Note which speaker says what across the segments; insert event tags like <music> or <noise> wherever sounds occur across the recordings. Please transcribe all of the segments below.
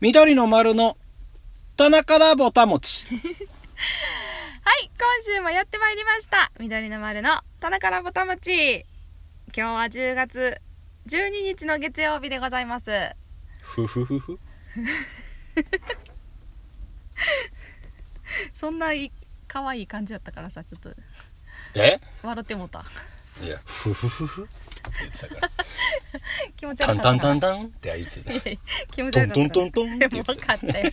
Speaker 1: 緑の丸の棚からぼたもち。
Speaker 2: はい、今週もやってまいりました。緑の丸の棚からぼたもち。今日は10月12日の月曜日でございます。
Speaker 1: ふふふふ。
Speaker 2: そんない可愛い感じやったからさ、ちょっと
Speaker 1: え
Speaker 2: 笑ってもうた。
Speaker 1: いや、ふふふふ。って言ってたから。
Speaker 2: 気持ち
Speaker 1: タ
Speaker 2: 悪か
Speaker 1: ン
Speaker 2: った。
Speaker 1: タンタンタンってあいつ。
Speaker 2: 気持ち
Speaker 1: トン
Speaker 2: 悪かった。
Speaker 1: トントントンって
Speaker 2: も
Speaker 1: 言
Speaker 2: う
Speaker 1: って
Speaker 2: 分
Speaker 1: た。
Speaker 2: かったよ。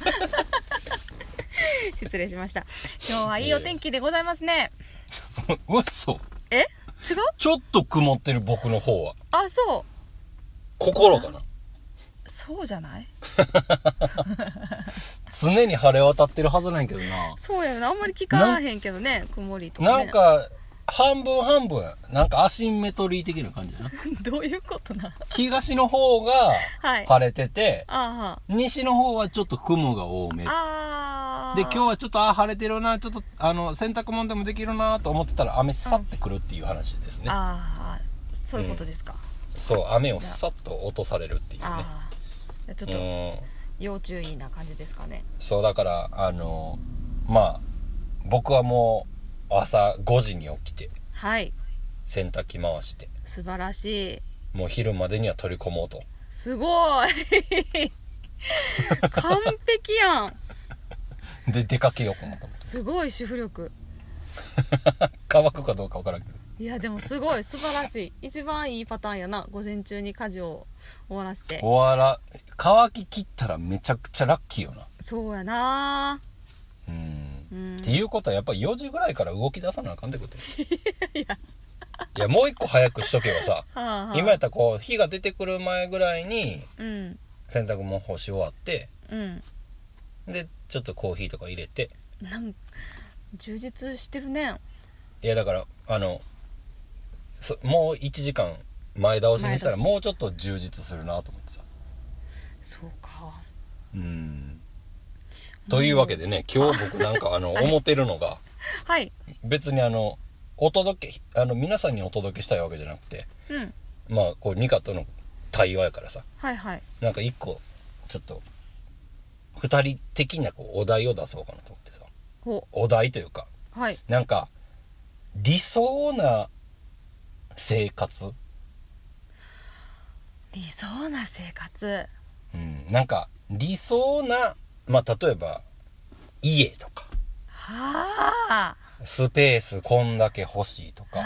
Speaker 2: <laughs> 失礼しました。今日はいいお天気でございますね。
Speaker 1: <laughs> 嘘。
Speaker 2: え違う
Speaker 1: ちょっと曇ってる僕の方は。
Speaker 2: あ、そう。
Speaker 1: 心かな。
Speaker 2: そうじゃない
Speaker 1: 常に晴れ渡ってるはずなんやけどな。
Speaker 2: そうやろな。あんまり聞かへんけどね、曇りとか、
Speaker 1: な
Speaker 2: ね。
Speaker 1: ん、か、半分半分や。なんかアシンメトリー的な感じ <laughs> やな。
Speaker 2: <laughs> どういうことな。
Speaker 1: 東の方が
Speaker 2: はい。
Speaker 1: 晴れてて、
Speaker 2: あ
Speaker 1: 西の方はちょっと雲が多め
Speaker 2: あ。。ああ。
Speaker 1: で、今日はちょっと、あ、晴れてるな、ちょっと、あの、洗濯物でもできるなと思ってたら、雨さってくるっていう話ですね。
Speaker 2: ああ、そういうことですか。
Speaker 1: そう、雨をさっと落とされるっていうね。
Speaker 2: ああ。じゃあちょっと
Speaker 1: うん。
Speaker 2: 要注意な感じですかね。
Speaker 1: そう、だから、あの、まあ、僕はもう、朝5時に起きて、
Speaker 2: はい。
Speaker 1: 洗濯機回して、
Speaker 2: 素晴らしい。
Speaker 1: もう昼までには取り込もうと。
Speaker 2: すご
Speaker 1: <laughs>
Speaker 2: い。完璧やん。
Speaker 1: で、出かけようかなと
Speaker 2: <laughs>
Speaker 1: 思って。
Speaker 2: すごい主婦力。
Speaker 1: 乾くかどうかわからんけど。
Speaker 2: いやでもすごい素晴らしい一番いいパターンやな午前中に家事を終わらせて
Speaker 1: 終わら、乾き切ったらめちゃくちゃラッキーよな。
Speaker 2: そうやな
Speaker 1: うん。
Speaker 2: うん
Speaker 1: っていうことはやっぱ4時ぐらいから動き出さなあかんってことよ
Speaker 2: <laughs>
Speaker 1: いやもう一個早くしとけばさ
Speaker 2: はあはあ
Speaker 1: 今やったらこう火が出てくる前ぐらいに
Speaker 2: うん
Speaker 1: 洗濯物干し終わって
Speaker 2: うん
Speaker 1: でちょっとコーヒーとか入れて
Speaker 2: なん充実してるね
Speaker 1: いやだからあのそもう1時間前倒しにしたら
Speaker 2: 前倒し
Speaker 1: もうちょっと充実するなと思ってさ
Speaker 2: そうか
Speaker 1: うんというわけでね今日僕なんか
Speaker 2: <laughs>
Speaker 1: あの思ってるのが
Speaker 2: はい
Speaker 1: 別にあのお届けあの皆さんにお届けしたいわけじゃなくて
Speaker 2: うん
Speaker 1: まあこうニカとの対話やからさ
Speaker 2: はいはい
Speaker 1: なんか一個ちょっと二人的なこうお題を出そうかなと思ってさ
Speaker 2: お
Speaker 1: お題というか
Speaker 2: はい
Speaker 1: なんか理想な生活、
Speaker 2: 理想な生活
Speaker 1: うん、なんか理想なまあ例えば家とか
Speaker 2: はあ
Speaker 1: スペースこんだけ欲しいとか
Speaker 2: は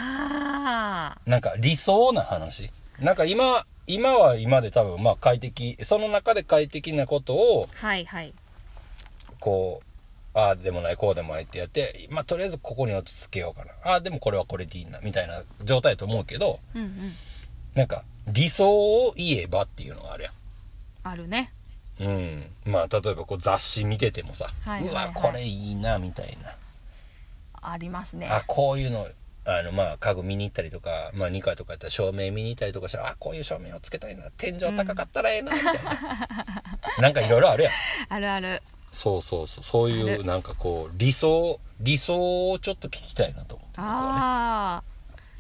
Speaker 2: あ
Speaker 1: なんか理想な話なんか今今は今で多分まあ快適その中で快適なことを
Speaker 2: はいはい
Speaker 1: こうああでもないこうでもないってやってまあとりあえずここに落ち着けようかなああでもこれはこれでいいなみたいな状態やと思うけど
Speaker 2: うんうん
Speaker 1: なんか理想を言えばっていうのがあるやん。
Speaker 2: あるね
Speaker 1: うん、まあ例えばこう雑誌見ててもさ、
Speaker 2: はいはいはいう
Speaker 1: わこれいいなみたい
Speaker 2: ありますね
Speaker 1: なあこういうのあのまあ家具見に行ったりとか、まあ、2階とかやったら照明見に行ったりとかしたらあこういう照明をつけたいな天井高かったらええなみたいな、
Speaker 2: <laughs>
Speaker 1: なんかいろいろあるやん
Speaker 2: あるある
Speaker 1: そうそうそうそうい
Speaker 2: あ
Speaker 1: う
Speaker 2: る
Speaker 1: なんかこう理想理想をちょっと聞きたいなと思って僕はね
Speaker 2: あ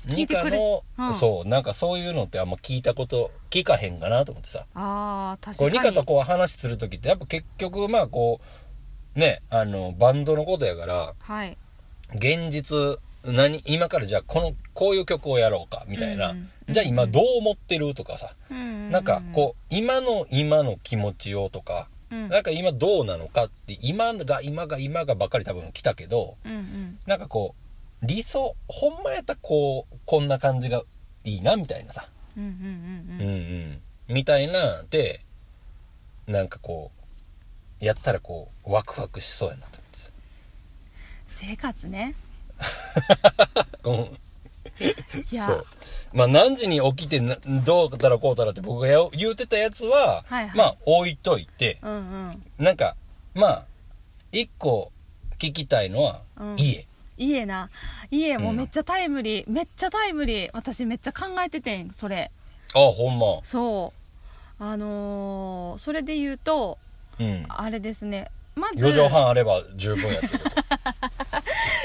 Speaker 2: 聞
Speaker 1: ニ
Speaker 2: いて
Speaker 1: カ
Speaker 2: くれ
Speaker 1: の、
Speaker 2: うん
Speaker 1: そうなんかそういうのってあんま聞いたこと聞かへんかなと思ってさ
Speaker 2: あああ確
Speaker 1: こ
Speaker 2: か
Speaker 1: う
Speaker 2: に
Speaker 1: ニカとこう話する時ってやっぱ結局まあこうねあのバンドのことやから
Speaker 2: はい
Speaker 1: 現実何今からじゃあこのこういう曲をやろうかみたいな、
Speaker 2: うん
Speaker 1: じゃあ今どう思ってるとかさ、
Speaker 2: な
Speaker 1: なんかこう今の今の気持ちをとか、
Speaker 2: うんうん
Speaker 1: なんか今どうなのかって今が今が今がばっかり多分来たけど
Speaker 2: うんうん
Speaker 1: なんかこう理想ほんまやったらこうこんな感じがいいなみたいなさ、
Speaker 2: うんうんうん
Speaker 1: う
Speaker 2: うんん
Speaker 1: うんみたいなでなんかこうやったらこうワクワクしそうやなと
Speaker 2: 生活ね
Speaker 1: 思ってさ
Speaker 2: いや
Speaker 1: そうまあ何時に起きてなどうたらこうたらって僕がや言うてたやつは、
Speaker 2: はいはい
Speaker 1: まあ置いといて
Speaker 2: うんうん
Speaker 1: なんかまあ一個聞きたいのは
Speaker 2: うん
Speaker 1: 家、
Speaker 2: 家な家も
Speaker 1: うん
Speaker 2: めっちゃタイムリー、めっちゃタイムリー私めっちゃ考えててんそれ
Speaker 1: あほんま
Speaker 2: そうあのーそれで言うと
Speaker 1: うん
Speaker 2: あれですねまず
Speaker 1: 4畳半あれば十分や
Speaker 2: <laughs>
Speaker 1: ってる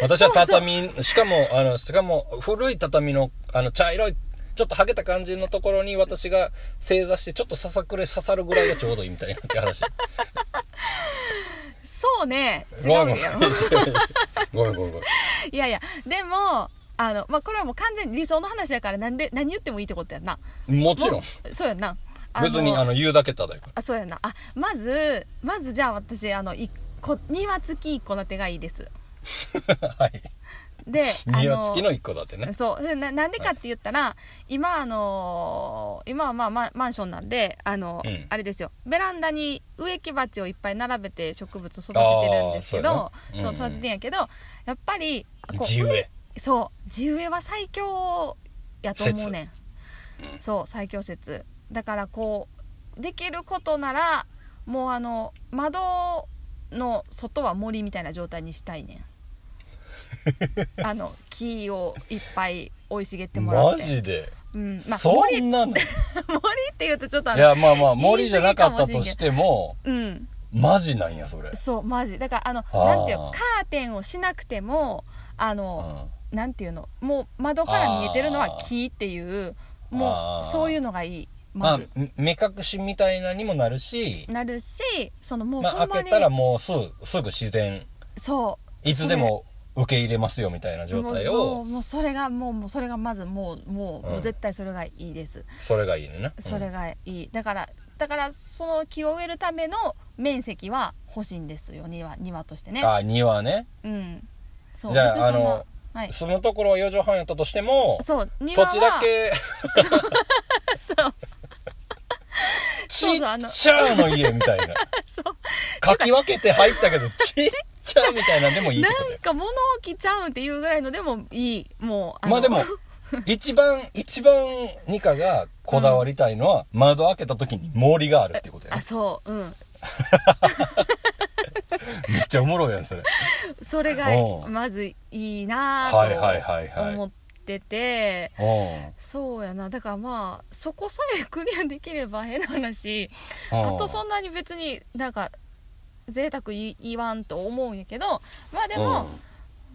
Speaker 1: 私は畳しかもあのしかも古い畳のあの茶色いちょっとはげた感じのところに私が正座してちょっとささくれ刺さるぐらいがちょうどいいみたいなって話
Speaker 2: そうね <laughs> 違
Speaker 1: ごめ
Speaker 2: うんやろ
Speaker 1: <laughs> ごめんごめんごめん
Speaker 2: <laughs> いやいやでもあの、まあ、これはもう完全に理想の話だからなんで何言ってもいいってことやんな
Speaker 1: ごめんもちろん
Speaker 2: うそうやんなあの
Speaker 1: 別にあの言うだけただよ <laughs>
Speaker 2: あそうやんなあまずまずじゃあ私あの一個庭付き一戸建てがいいです
Speaker 1: からはい
Speaker 2: であ
Speaker 1: 庭付きの一個だってね
Speaker 2: そうでななんでかって言ったら、今あのー今はまあママンションなんであの、
Speaker 1: うん
Speaker 2: あれですよベランダに植木鉢をいっぱい並べて植物育ててるんですけど
Speaker 1: あーそう
Speaker 2: そ
Speaker 1: や
Speaker 2: う
Speaker 1: な
Speaker 2: 育ててんやけど、やっぱりこう
Speaker 1: 地植え
Speaker 2: そう地植えは最強やと思うねん、
Speaker 1: うん
Speaker 2: そう最強説だからこうできることならもうあの窓の外は森みたいな状態にしたいね
Speaker 1: <laughs>
Speaker 2: んあの木をいっぱい生い茂ってもらっ
Speaker 1: マ
Speaker 2: て
Speaker 1: ジで
Speaker 2: うんまあ、
Speaker 1: そ
Speaker 2: 森 <laughs>
Speaker 1: んなのい
Speaker 2: 森っていうとちょっとあの
Speaker 1: やまあまあ
Speaker 2: <laughs> 言
Speaker 1: 森
Speaker 2: い過ぎかもしれんけど
Speaker 1: じゃなかったとしても
Speaker 2: うん
Speaker 1: マジなんやそれ
Speaker 2: そうマジだからあの
Speaker 1: あー
Speaker 2: なんていうのカーテンをしなくてもあの、
Speaker 1: う
Speaker 2: なんていうのもう窓から見えてるのは木っていう
Speaker 1: あー
Speaker 2: もうそういうのがいい
Speaker 1: んま
Speaker 2: ま
Speaker 1: あ
Speaker 2: ず、
Speaker 1: 目隠しみたいなにもなるし
Speaker 2: なるしそのもう
Speaker 1: ま
Speaker 2: ほ
Speaker 1: あ
Speaker 2: んま
Speaker 1: 開け
Speaker 2: に、
Speaker 1: たらもうすぐすぐ自然
Speaker 2: そう
Speaker 1: いつでも受け入れますよみたいな状態
Speaker 2: もうもう
Speaker 1: を
Speaker 2: もうそれがもうもうそれがまずもうもう,、
Speaker 1: うん
Speaker 2: もう絶対それがいいです
Speaker 1: それがいいねんな
Speaker 2: それ
Speaker 1: が
Speaker 2: がいい、だからだからその木を植えるための面積は欲しいんですよ庭庭としてね
Speaker 1: あ庭ね
Speaker 2: うんそう
Speaker 1: じゃあ
Speaker 2: 別にそんな
Speaker 1: あの
Speaker 2: はい
Speaker 1: 住むところは4畳半やったとしても
Speaker 2: そう庭
Speaker 1: 土
Speaker 2: は
Speaker 1: 地だけ
Speaker 2: そう
Speaker 1: ち
Speaker 2: そうそうあの
Speaker 1: っちゃの家みたい <laughs> な
Speaker 2: そう
Speaker 1: かき分けて入ったけどちっちゃみたいなんでもいいってこと
Speaker 2: な
Speaker 1: や
Speaker 2: んか物置ちゃうんっていうぐらいのでもいいもうの
Speaker 1: まあでも一番一番ニカがこだわりたいのは窓開けた時に森があるってことや
Speaker 2: <laughs> あ
Speaker 1: ね
Speaker 2: そううん
Speaker 1: めっちゃおもろいやんそれ
Speaker 2: それが
Speaker 1: おう
Speaker 2: まずいいな
Speaker 1: はいはいはい
Speaker 2: ぁ
Speaker 1: は
Speaker 2: と
Speaker 1: い
Speaker 2: 思ってて
Speaker 1: う
Speaker 2: そうやなだからまあそこさえクリアできれば変な話
Speaker 1: ん
Speaker 2: あとそ
Speaker 1: うん
Speaker 2: なに別になんか贅沢い言わんと思うんやけどまあでも、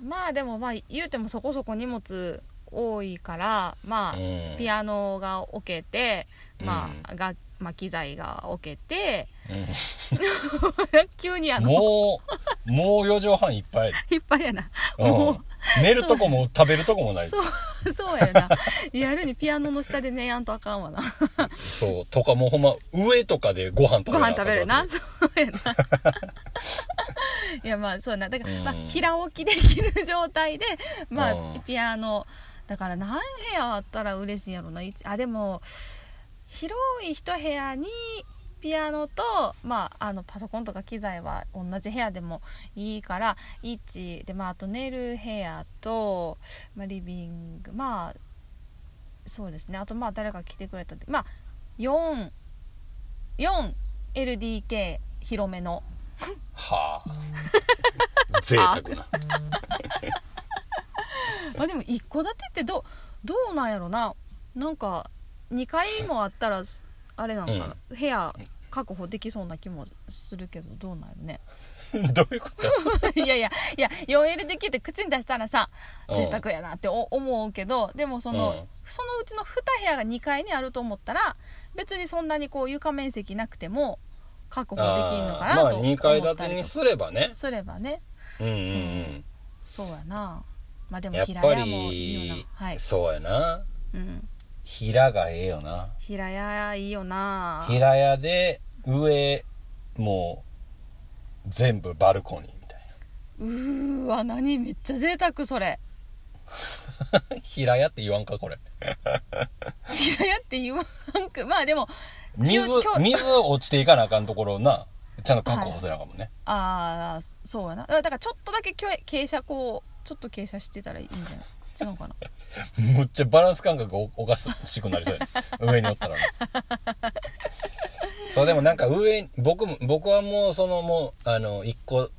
Speaker 2: まあでもまあ言うてもそこそこ荷物多いからまあ、
Speaker 1: うん
Speaker 2: ピアノが置けてまあ、
Speaker 1: う
Speaker 2: がまあ機材が置けて <laughs>
Speaker 1: うん
Speaker 2: 急にあの <laughs>
Speaker 1: もうもう4畳半いっぱいある
Speaker 2: いっぱいやな
Speaker 1: うん
Speaker 2: もう
Speaker 1: 寝るとこも食べるとこもない
Speaker 2: そう <laughs> そうやなやるにピアノの下で寝やんとあか
Speaker 1: <laughs>
Speaker 2: んわな
Speaker 1: そうとかもうほんま上とかでご飯食べ
Speaker 2: ご
Speaker 1: な
Speaker 2: 飯
Speaker 1: あか
Speaker 2: 食
Speaker 1: ん
Speaker 2: べるな
Speaker 1: わ
Speaker 2: そうやな
Speaker 1: <laughs>
Speaker 2: いやまあそうやなだから、
Speaker 1: うん
Speaker 2: まあ、平置きできる状態でまあ、
Speaker 1: うん
Speaker 2: ピアノだから何部屋あったら嬉しいんやろな一あでも広い一部屋にピアノと、まあ、あのパソコンとか機材は同じ部屋でもいいから1で、まあ、あと寝る部屋と、まあ、リビングまあそうですねあとまあ誰か来てくれたってまあ 4LDK 広めの
Speaker 1: は
Speaker 2: <laughs>
Speaker 1: あ贅沢な
Speaker 2: まあでも一戸建てってどうどうなんやろななんか2階もあったらあれなんかな、部屋確保できそうな気もするけどどうなんやろね
Speaker 1: <laughs>
Speaker 2: <laughs>
Speaker 1: どういうこと
Speaker 2: いやいやいや 4LDK って口に出したらさ
Speaker 1: うん
Speaker 2: 贅沢やなってお思うけどでもその、
Speaker 1: うん
Speaker 2: そのうちの2部屋が2階にあると思ったら別にそんなにこう床面積なくても確保できんのかなと
Speaker 1: ま
Speaker 2: 思
Speaker 1: あ2階建てに
Speaker 2: す
Speaker 1: すればね
Speaker 2: すればね
Speaker 1: うんうんうん
Speaker 2: そうやなまあでも
Speaker 1: やっ
Speaker 2: 平
Speaker 1: ぱ
Speaker 2: 屋もいいよ
Speaker 1: り
Speaker 2: なはい、
Speaker 1: そうやな
Speaker 2: うん、
Speaker 1: 平がええよな
Speaker 2: 平屋いいよな
Speaker 1: 平屋で上もう全部バルコニーみたいう
Speaker 2: ーわ何めっちゃ贅沢それ
Speaker 1: な <laughs> 平屋って言わんかこれ
Speaker 2: 平屋って言わんくまあでも
Speaker 1: 水
Speaker 2: 急遽
Speaker 1: 水落ちていかなあかんところをなちゃんと確保せなあかんもんね、
Speaker 2: ああそうやなだからちょっとだけきょ傾斜こうちょっと傾斜してたらいいんじゃない違うか
Speaker 1: <laughs>
Speaker 2: な
Speaker 1: むっちゃバランス感覚おおかしくなりそうや上におったらね <laughs> そうでもなんか上僕も僕はもうそのもうあの一戸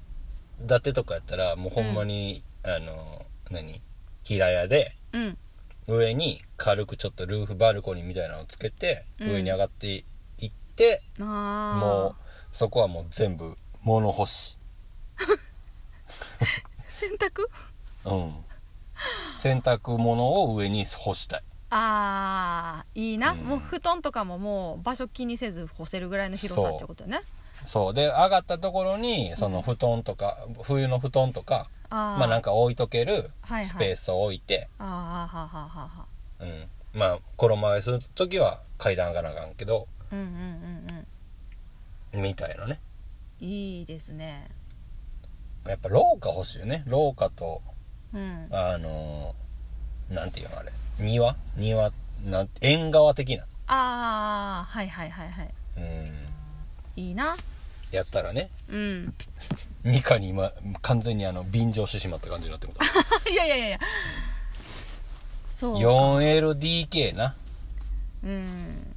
Speaker 1: 建てとかやったらもうほんまに、あの何平屋で
Speaker 2: うん
Speaker 1: 上に軽くちょっとルーフバルコニーみたいなのをつけて、
Speaker 2: うん
Speaker 1: 上に上がっていって
Speaker 2: ああ
Speaker 1: もうそこはもう全部物干し
Speaker 2: 洗濯 <laughs>
Speaker 1: うん洗濯物を上に干したい
Speaker 2: ああいいな、
Speaker 1: うん
Speaker 2: もう布団とかももう場所気にせず干せるぐらいの広さってことよね
Speaker 1: そうで上がったところにその布団とか、冬の布団とか
Speaker 2: あー
Speaker 1: まあなんか置いとける
Speaker 2: はいはい
Speaker 1: スペースを置いて、
Speaker 2: あーあーはーはーはーは
Speaker 1: うん、まあ衣替えする時は階段上がらなあかんけど
Speaker 2: ーうんうんうんうん
Speaker 1: みたいなね
Speaker 2: いいですね
Speaker 1: やっぱ廊下欲しいよね廊下と
Speaker 2: うん
Speaker 1: あのーなんていうのあれ庭庭なん縁側的な
Speaker 2: ああはいはいはいはい
Speaker 1: うん
Speaker 2: いいな
Speaker 1: やったらね
Speaker 2: うん
Speaker 1: ニカに今完全にあの便乗してしまった感じになってもうた
Speaker 2: いやいやいやいやそうか
Speaker 1: 4LDK な
Speaker 2: うん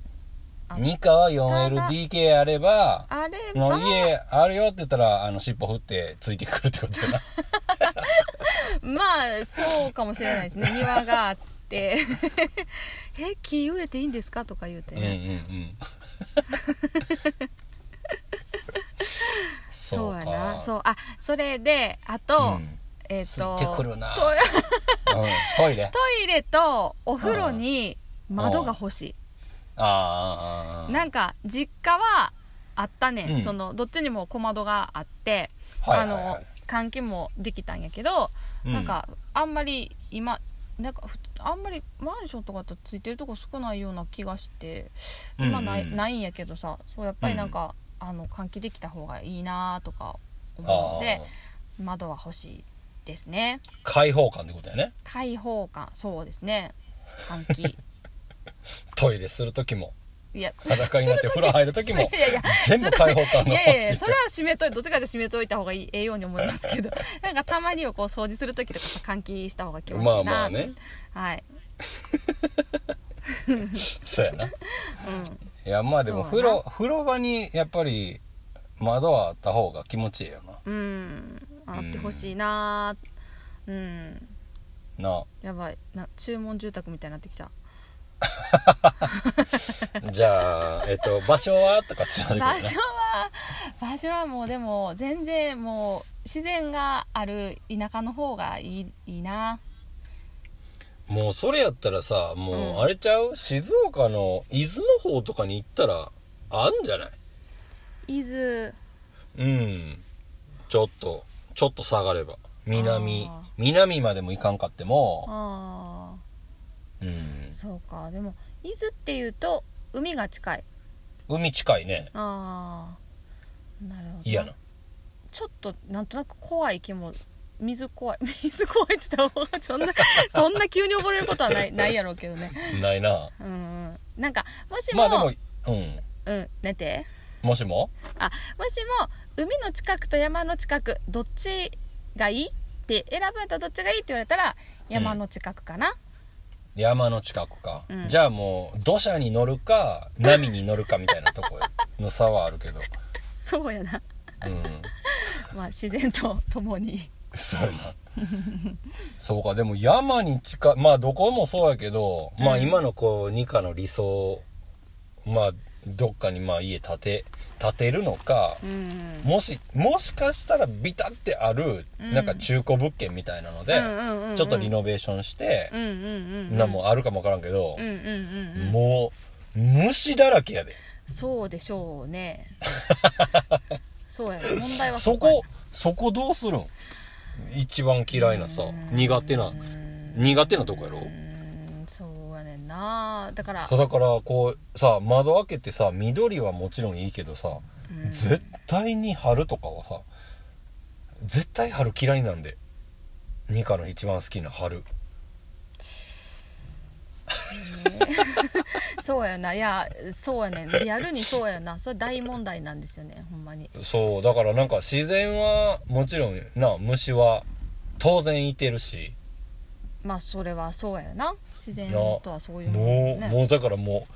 Speaker 2: あ
Speaker 1: ニカは 4LDK あれば
Speaker 2: あれば
Speaker 1: の家あるよって言ったらあの尻尾振ってついてくるってこと
Speaker 2: <laughs>
Speaker 1: やな
Speaker 2: まあそうかもしれない
Speaker 1: <laughs>
Speaker 2: ですね庭があって <laughs> え木植えていいんですかとか言うて
Speaker 1: うんうんう
Speaker 2: ね、
Speaker 1: ん
Speaker 2: <laughs> そうやなそううあそれであ
Speaker 1: う
Speaker 2: と、
Speaker 1: ん
Speaker 2: えっ、
Speaker 1: つ
Speaker 2: と
Speaker 1: いてくるな
Speaker 2: ト
Speaker 1: うんトイレ
Speaker 2: トイレとお風呂に窓が欲し
Speaker 1: あーあーあ
Speaker 2: い
Speaker 1: ー
Speaker 2: なんか実家はあったね、
Speaker 1: うん
Speaker 2: そのどっちにも小窓があって、
Speaker 1: はいはいはい
Speaker 2: あの換気もできたんやけど、
Speaker 1: うん
Speaker 2: なんかあんまり今なんかふあんまりマンションとかだとついてるとこ少ないような気がして今ない,、
Speaker 1: うんうん
Speaker 2: ないんやけどさそうやっぱりなんか、あの換気できた方がいいなとか思うので
Speaker 1: あー
Speaker 2: 窓は欲しいですね
Speaker 1: 開放感ってことやね
Speaker 2: 開放感そうですね換
Speaker 1: <laughs>
Speaker 2: 気
Speaker 1: トイレする時
Speaker 2: <laughs>
Speaker 1: も
Speaker 2: いや
Speaker 1: 裸になって風呂入る
Speaker 2: <laughs>
Speaker 1: 時も
Speaker 2: い
Speaker 1: <laughs>
Speaker 2: やいや
Speaker 1: 全部開放感
Speaker 2: い
Speaker 1: の
Speaker 2: やいやいやそれは閉めといどっちかというと閉めといた方がいいええように思いますけど <laughs> なんかたまにはこう掃除する時とかさ換気した方が気持ちいいな
Speaker 1: まあまあね
Speaker 2: はい、
Speaker 1: そうやない
Speaker 2: うん、
Speaker 1: やまあでも
Speaker 2: そう
Speaker 1: 風
Speaker 2: やな
Speaker 1: 呂風呂場にやっぱり窓はあった方が気持ちいいよな
Speaker 2: うんあってほしいなうん、
Speaker 1: な
Speaker 2: やばいな注文住宅みたいになってきた
Speaker 1: あ <laughs> じゃあえっと場所はとかつな
Speaker 2: 場
Speaker 1: が
Speaker 2: 所は <laughs> 場所はもうでも全然もう自然がある田舎の方がいいいいな
Speaker 1: もうそれやったらさもううんあれちゃう静岡の伊豆の方とかに行ったらあんじゃない
Speaker 2: 伊豆
Speaker 1: うんちょっとちょっと下がれば南
Speaker 2: あー
Speaker 1: 南までも行かんかっても
Speaker 2: あ
Speaker 1: うん
Speaker 2: あそうかでも伊豆っていうと海が近い
Speaker 1: 海近いね
Speaker 2: ああなるほど
Speaker 1: 嫌な
Speaker 2: ちょっとなんとなく怖い気も水怖い水怖いって言った方がそんな <laughs> そんな急に溺れることはないないやろうけどね
Speaker 1: ないな
Speaker 2: うんうんなんかもし
Speaker 1: ま
Speaker 2: も,、
Speaker 1: あでもうん
Speaker 2: うんなんて
Speaker 1: もしも
Speaker 2: あもしも海の近くと山の近くどっちがいいって選ぶんとどっちがいいって言われたら山の近くかな、
Speaker 1: 山の近くか、
Speaker 2: うん
Speaker 1: じゃあもう土砂に乗るか波に乗るかみたいなとこの差はあるけど
Speaker 2: そうやな、
Speaker 1: うん
Speaker 2: <laughs> まあ、自然と共に
Speaker 1: そうやなそうかでも山に近いまあどこもそうやけど、まあ
Speaker 2: うん
Speaker 1: 今のこう二課の理想まあどっかにまあ家建て建てるのか
Speaker 2: う、ん
Speaker 1: もしもしかしたらビタってある、
Speaker 2: うん
Speaker 1: なんか中古物件みたいなので、ちょっとリノベーションして
Speaker 2: う、んうんうんうん
Speaker 1: なんもあるかもわからんけど
Speaker 2: うん、うんうんうん
Speaker 1: もう虫だらけやで
Speaker 2: そうでしょ
Speaker 1: <laughs>
Speaker 2: うねそうやね問題は
Speaker 1: そ
Speaker 2: や
Speaker 1: こそこどうするん一番嫌いなさ苦手な苦手なとこやろ
Speaker 2: うーんそうやねんなだから
Speaker 1: そうだからこうさ窓開けてさ緑はもちろんいいけどさ
Speaker 2: うん
Speaker 1: 絶対に春とかはさ絶対春嫌いなんでニカの一番好きな春
Speaker 2: そうやないやそうやねんリアルにそうやなそれ大問題なんですよねほんまに
Speaker 1: そうだからなんか自然はもちろんな虫は当然いてるし
Speaker 2: まあそれはそうやな自然とはそういうもん
Speaker 1: もう、
Speaker 2: ね
Speaker 1: もうだからも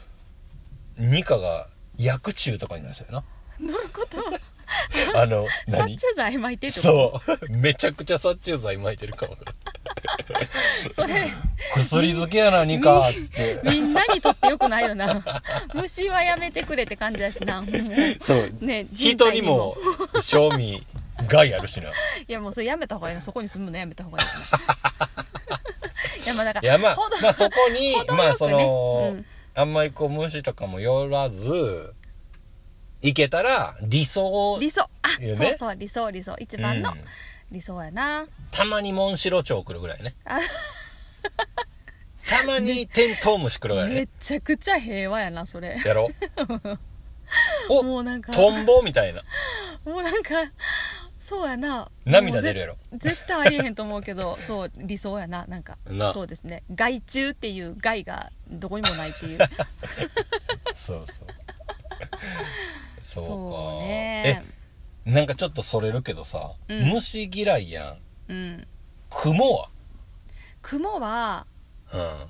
Speaker 1: うニカが薬中とかになりそうやなどういうこと <laughs> あの
Speaker 2: 殺
Speaker 1: 何
Speaker 2: 虫剤巻いてってこと
Speaker 1: そう <laughs> めちゃくちゃ殺虫剤撒いてるかも
Speaker 2: それ
Speaker 1: 薬漬けやなニカっつって
Speaker 2: みんなにとってよくないよな <laughs> 虫はやめてくれって感じやしなも <laughs> う
Speaker 1: そう
Speaker 2: ね人
Speaker 1: 人
Speaker 2: 体
Speaker 1: に
Speaker 2: に
Speaker 1: も
Speaker 2: も
Speaker 1: 賞味害あるしない
Speaker 2: やもうそれやめた方がいいなそこに住むのやめた方が
Speaker 1: <laughs>
Speaker 2: いいないやまあだか
Speaker 1: い
Speaker 2: ら
Speaker 1: やまあ
Speaker 2: ほど
Speaker 1: まあそこに、
Speaker 2: 程よくね
Speaker 1: まあその、
Speaker 2: うん
Speaker 1: あんまりこう虫とかもよらず行けたら理想
Speaker 2: 理想あ、
Speaker 1: いいよ
Speaker 2: そ
Speaker 1: ね
Speaker 2: うそう理想理想一番の
Speaker 1: うん
Speaker 2: 理想やな、
Speaker 1: たまにモンシロチョウ来るぐらいねたまにテントウムシ来るぐらい
Speaker 2: め
Speaker 1: ね
Speaker 2: ちゃくちゃ平和やなそれ
Speaker 1: やろ
Speaker 2: <laughs>
Speaker 1: お
Speaker 2: もうなんか
Speaker 1: トンボみたいな
Speaker 2: もうなんかそうやな
Speaker 1: 涙出るやろ
Speaker 2: もうぜ絶対ありえへんと思うけど <laughs> そう理想やななんか
Speaker 1: な
Speaker 2: そうですね害虫っていう害がどこにもないっ
Speaker 1: <laughs>
Speaker 2: ていう
Speaker 1: そう
Speaker 2: <laughs>
Speaker 1: そうそうか
Speaker 2: ね
Speaker 1: えなんかちょっとそれるけどさ、
Speaker 2: うん
Speaker 1: 虫嫌いやん
Speaker 2: うん
Speaker 1: 雲は
Speaker 2: 雲は
Speaker 1: うん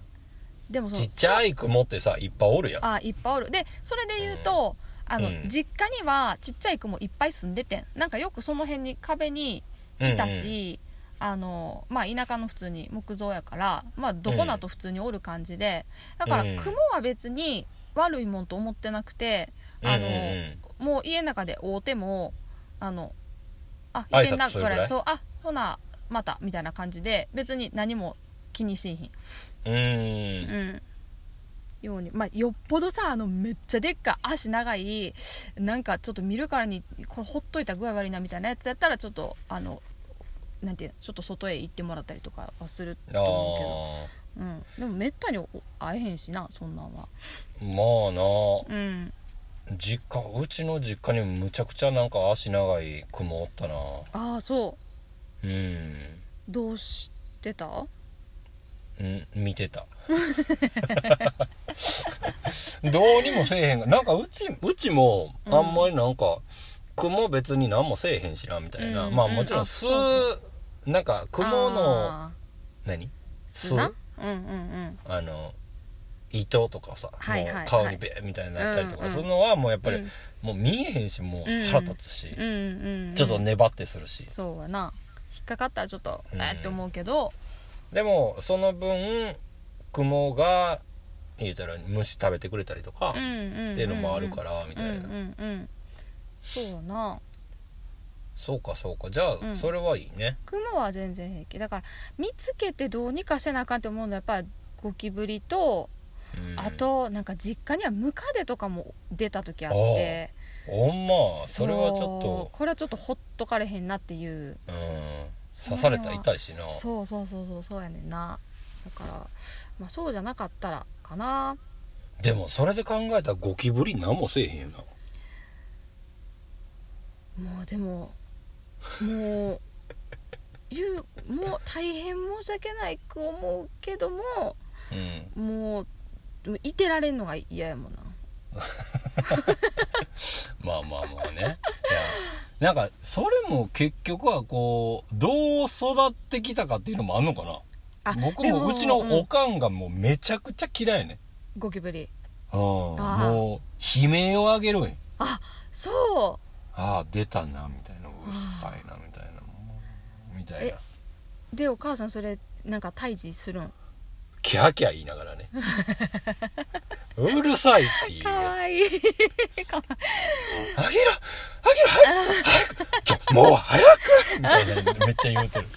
Speaker 2: でもその
Speaker 1: ちっちゃい雲ってさいっぱいおるやん
Speaker 2: あいっぱいおるでそれで言うと、あの
Speaker 1: うん
Speaker 2: 実家にはちっちゃい雲いっぱい住んでてんなんかよくその辺に壁にいたし、あのまあ、田舎の普通に木造やから、まあ、どこだと普通におる感じでだから
Speaker 1: うん
Speaker 2: 雲は別に悪いもんと思ってなくて、
Speaker 1: うんう
Speaker 2: あ
Speaker 1: んう
Speaker 2: の、
Speaker 1: んうん
Speaker 2: もう家の中で会うてもあのあ
Speaker 1: 挨拶
Speaker 2: いてんな
Speaker 1: する
Speaker 2: ぐ
Speaker 1: ぐらい
Speaker 2: らいそうあほなまたみたいな感じで別に何も気にしいひん
Speaker 1: うーん
Speaker 2: うん、ようにまあよっぽどさあのめっちゃでっかい足長いなんかちょっと見るからにこれほっといたら具合悪いなみたいなやつやったらちょっとあのなんていうのちょっと外へ行ってもらったりとかはする
Speaker 1: あ
Speaker 2: と思うけど、うん、でもめったにお会えへんしなそんなんは
Speaker 1: ーまあ
Speaker 2: うん
Speaker 1: な実家うちの実家にもむちゃくちゃなんか足長い雲おったな
Speaker 2: ああそ
Speaker 1: うん、
Speaker 2: うどうしてた
Speaker 1: うん、見てた <laughs> どうにもせえへんがなんかうちうちも
Speaker 2: うん
Speaker 1: あんまりなんか、雲別に何もせえへんしなみたいな、
Speaker 2: うん
Speaker 1: まあ
Speaker 2: うん
Speaker 1: もちろん
Speaker 2: あ
Speaker 1: 巣、
Speaker 2: そう
Speaker 1: なんか雲の
Speaker 2: あー
Speaker 1: 何
Speaker 2: 砂うんうんうん
Speaker 1: あの糸とかさ、
Speaker 2: はいはい
Speaker 1: も
Speaker 2: は
Speaker 1: う
Speaker 2: い
Speaker 1: 顔にベーみたいになったりとか、
Speaker 2: うんうん
Speaker 1: そのはもうやっぱり、
Speaker 2: うん
Speaker 1: もう見えへんしもう
Speaker 2: うんうん
Speaker 1: 腹立つし、
Speaker 2: うんうんうん
Speaker 1: ちょっと粘ってするし、
Speaker 2: そうやな引っかかったらちょっと
Speaker 1: うん
Speaker 2: えーって思うけど、
Speaker 1: でもその分雲が言うたら虫食べてくれたりとか、
Speaker 2: うんうんうんうん
Speaker 1: っていうのもあるからみたいな、
Speaker 2: うんうんうんそうやな
Speaker 1: そうかそうかじゃあ、
Speaker 2: うん
Speaker 1: それはいいね
Speaker 2: 雲は全然平気だから見つけてどうにかせなあかんって思うのはやっぱりゴキブリと、
Speaker 1: うん
Speaker 2: あとなんか実家にはムカデとかも出た時あって
Speaker 1: ほんまそれはち
Speaker 2: そう
Speaker 1: ょ
Speaker 2: これはちょっとほっとかれへんなってい
Speaker 1: っ
Speaker 2: う
Speaker 1: と、うん、
Speaker 2: その
Speaker 1: 刺され
Speaker 2: 辺は
Speaker 1: たら痛いしな
Speaker 2: そうそうそうそうそうやねんなだから、まあ、そうじゃなかったらかな
Speaker 1: でもそれで考えたらゴキブリ何もせえへんよな
Speaker 2: もうでももう言うもう大変申し訳ないく思うけども
Speaker 1: うん
Speaker 2: もうでもいてられんのが嫌やもんな
Speaker 1: まあまあまあね。いやなんか、それも結局はこう、どう育ってきたかっていうのもあんのかな。
Speaker 2: あ
Speaker 1: 僕
Speaker 2: で
Speaker 1: もうちのお
Speaker 2: ん
Speaker 1: かんがもうめちゃくちゃ嫌いね。
Speaker 2: ゴキブリ
Speaker 1: うん。
Speaker 2: あー
Speaker 1: もう、悲鳴をあげるんよ
Speaker 2: そ
Speaker 1: ああ、出たな、みたいな。うっさいな、みたいな。もうみたいな
Speaker 2: え。うでお母さんそれなんか退治するん
Speaker 1: キャーキャー言いながらね。うるさいっていうやつ。あ
Speaker 2: いいかわい
Speaker 1: げろあげろ早く早くちょ、もう早くみたいなめっちゃ言うてる。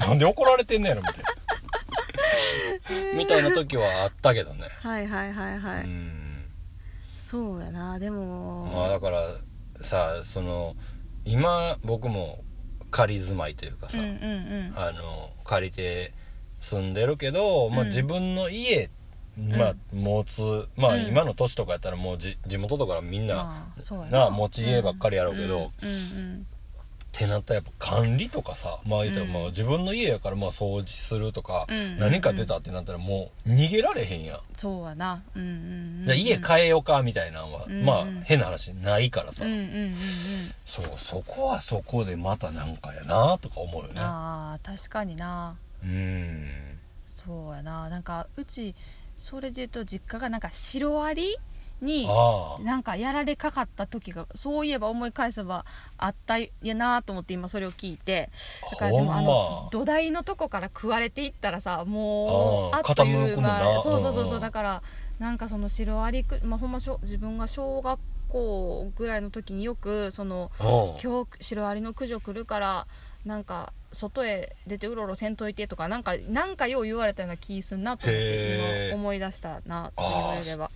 Speaker 1: なんで怒られてんねやろみたいな。
Speaker 2: <laughs> い
Speaker 1: みたいな時はあったけどね。
Speaker 2: はいはいはいはい、
Speaker 1: うん。
Speaker 2: そうやなでも、
Speaker 1: まあだからさ、その、今僕も仮住まいというかさ、
Speaker 2: うんうんうん
Speaker 1: あの、借りて住んでるけど、まあ
Speaker 2: うん
Speaker 1: 自分の家、まあ持つ、まあ
Speaker 2: うん
Speaker 1: 今の都市とかやったらもうじ地元とかみんな、
Speaker 2: ああそうや
Speaker 1: なあ持ち家ばっかりやろうけど、
Speaker 2: うんうん
Speaker 1: ってなったらやっぱ管理とかさ、まあ言うたら
Speaker 2: うん
Speaker 1: まあ自分の家やからまあ掃除するとか、
Speaker 2: うんうんうん
Speaker 1: 何か出たってなったらもう逃げられへんやん。
Speaker 2: そうやなうんうん、うん、
Speaker 1: じゃあ家変えようかみたいなのは、
Speaker 2: うん
Speaker 1: まあ変な話ないからさ、
Speaker 2: うんうんうんうん
Speaker 1: そうそこはそこでまたなんかやなとか思うよね
Speaker 2: ああ確かにな
Speaker 1: うん
Speaker 2: そうやななんかうちそれで言うと実家がなんかシロアリに
Speaker 1: あ
Speaker 2: なんかやられかかった時がそういえば思い返せばあったやなと思って今それを聞いて
Speaker 1: あ
Speaker 2: だからで
Speaker 1: ほん
Speaker 2: も
Speaker 1: ま
Speaker 2: あの土台のとこから食われていったらさもう
Speaker 1: あー
Speaker 2: あっとい
Speaker 1: 傾く
Speaker 2: う
Speaker 1: もんな
Speaker 2: 間そうそうそう
Speaker 1: うん
Speaker 2: そ
Speaker 1: うん
Speaker 2: うだからなんかそのシロアリく、まあ、ほんましょ自分が小学校ぐらいの時によくその
Speaker 1: うん
Speaker 2: 今日シロアリの駆除来るからなんか外へ出てうろうろせんといてとかなんかなんかよう言われたような気すんなと思っ
Speaker 1: へー
Speaker 2: て今思い出したなって言われれば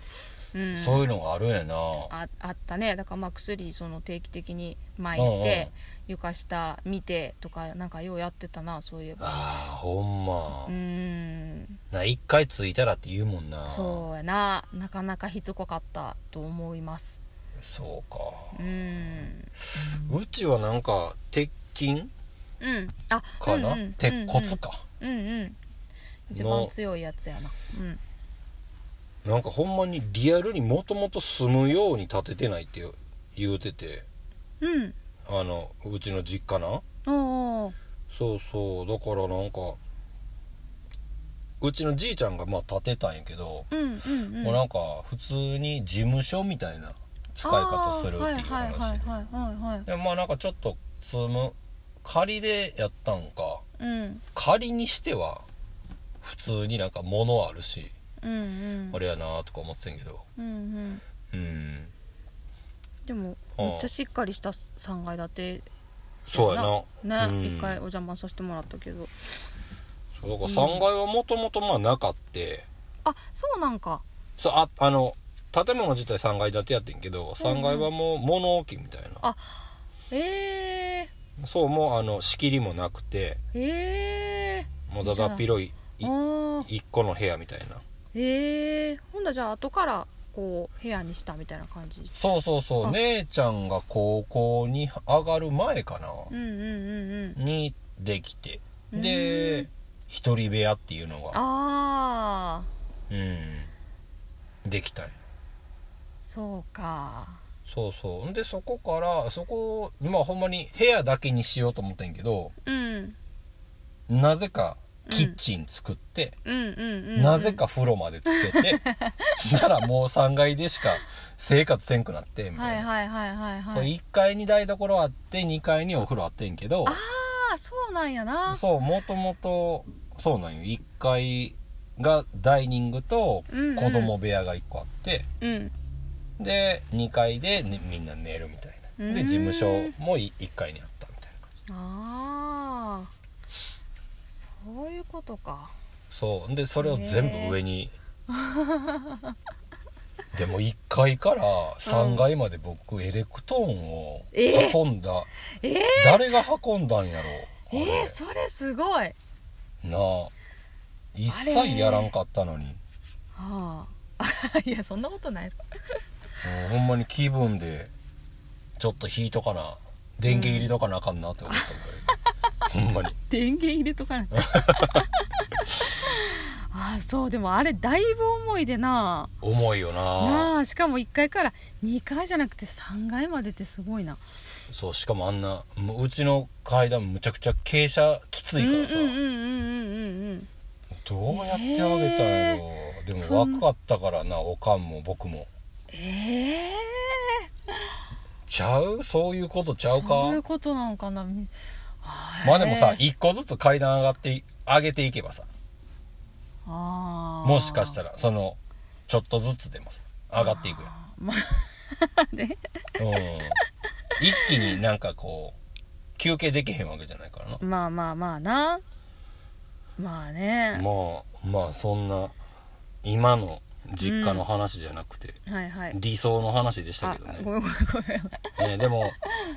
Speaker 2: うん
Speaker 1: そういうのがあるんやな
Speaker 2: ああったねだからまあ薬その定期的に巻いて、床下見てとかなんかようやってたなそういえば
Speaker 1: あーほんま
Speaker 2: う、ーん
Speaker 1: な一回ついたらって言うもんな
Speaker 2: そうやななかなかしつこかったと思います
Speaker 1: そうか
Speaker 2: うーん
Speaker 1: うちはなんか鉄筋
Speaker 2: うんあ
Speaker 1: かな、
Speaker 2: うんうん、
Speaker 1: 鉄骨か、
Speaker 2: うんうん、うんうん一番強いやつやなうん
Speaker 1: なんかほんまにリアルにもともと住むように建ててないって言うてて
Speaker 2: うん
Speaker 1: あのうちの実家な
Speaker 2: おー
Speaker 1: そうそうだからなんかうちのじいちゃんがまあ建てたんやけど、
Speaker 2: うんうんうん
Speaker 1: もうなんか普通に事務所みたいな使い方するっていう
Speaker 2: あーはい
Speaker 1: 話
Speaker 2: はいはいはいはいはい
Speaker 1: でまあなんかちょっと住む仮でやったんか
Speaker 2: うん
Speaker 1: 仮にしては普通になんか物あるし
Speaker 2: うんうん
Speaker 1: あれやなとか思ってたんやけど
Speaker 2: うんうん
Speaker 1: うん
Speaker 2: でも
Speaker 1: あー
Speaker 2: めっちゃしっかりした3階建て
Speaker 1: そうやな
Speaker 2: な
Speaker 1: うん
Speaker 2: ね一、回お邪魔させてもらったけど
Speaker 1: そうだから3階はもともとまあなかって
Speaker 2: あそうなんか
Speaker 1: そうああの建物自体3階建てやってんけど3階はもう物置みたいな、
Speaker 2: え
Speaker 1: そうもうあの仕切りもなくて
Speaker 2: ー、え
Speaker 1: もうだだっ広い
Speaker 2: ー、あー
Speaker 1: 1個の部屋みたいな
Speaker 2: えー、ほんだじゃあ後からこう部屋にしたみたいな感じ
Speaker 1: そうそうそう
Speaker 2: あ
Speaker 1: 姉ちゃんが高校に上がる前か
Speaker 2: う
Speaker 1: な、
Speaker 2: んうんうんうん
Speaker 1: にできて
Speaker 2: う
Speaker 1: で
Speaker 2: ん
Speaker 1: 一人部屋っていうのが
Speaker 2: ああ
Speaker 1: うんできたんや
Speaker 2: そうか
Speaker 1: そうそうんでそこからそこをまあほんまに部屋だけにしようと思ってんけど
Speaker 2: うん
Speaker 1: なぜかキッチン作って、
Speaker 2: うんうんうんうん
Speaker 1: なぜか風呂までつけ
Speaker 2: <laughs>
Speaker 1: てならもう3階でしか <laughs> 生活せんくなってみた
Speaker 2: はいい
Speaker 1: な、
Speaker 2: はいはいはい
Speaker 1: そう
Speaker 2: はい
Speaker 1: 1階に台所あって2階にお風呂あってんけど
Speaker 2: ああそうなんやな
Speaker 1: そうもともとそうなんよ1階がダイニングと
Speaker 2: うんうん
Speaker 1: 子供部屋が1個あって、
Speaker 2: うん
Speaker 1: で2階で、ねみんな寝るみたいなで
Speaker 2: うん
Speaker 1: 事務所も1階にあったみたいな感じ
Speaker 2: ああそういうことか
Speaker 1: そうでそれを全部上にでも1階から3階まで僕エレクトーンを
Speaker 2: え
Speaker 1: 運んだ、
Speaker 2: えー、
Speaker 1: 誰が運んだんやろあ
Speaker 2: え
Speaker 1: れ
Speaker 2: ー、それすごいは
Speaker 1: なあ一切やらんかったのに
Speaker 2: あ <laughs> いやそんなことない
Speaker 1: うんほんまに気分でちょっと引いとかな電源入れとかなあかんなって思ったぐら
Speaker 2: <laughs>
Speaker 1: い、ほんまに
Speaker 2: 電源入れとかな
Speaker 1: <laughs>
Speaker 2: ああそうでもあれだいぶ重いでな
Speaker 1: 重いよな
Speaker 2: なあしかも1階から2階じゃなくて3階までってすごいな
Speaker 1: そうしかもあんなもううちの階段むちゃくちゃ傾斜きついからさ、
Speaker 2: うんうんうんうんうんうん
Speaker 1: どうやってあげたんやろ、でも
Speaker 2: そん
Speaker 1: 若かったからなおかんも僕も
Speaker 2: ええ
Speaker 1: ちゃうそういうことちゃう
Speaker 2: ー、そういう
Speaker 1: か
Speaker 2: ことなのかなみあれ
Speaker 1: まあでもさ一個ずつ階段上がってい上げていけばさ
Speaker 2: あ
Speaker 1: もしかした
Speaker 2: ら
Speaker 1: らそのちょっとずつでもさ上がっていくよ
Speaker 2: まあ <laughs> ね
Speaker 1: うん一気になんかこう休憩できへんわけじゃないからな、
Speaker 2: まあまあまあなまあね
Speaker 1: まあまあそんな今の実家の話じゃなくて、
Speaker 2: はいはい
Speaker 1: 理想の話でした
Speaker 2: あ
Speaker 1: けどね
Speaker 2: ごめんごめんごめん
Speaker 1: えーで
Speaker 2: <laughs>
Speaker 1: も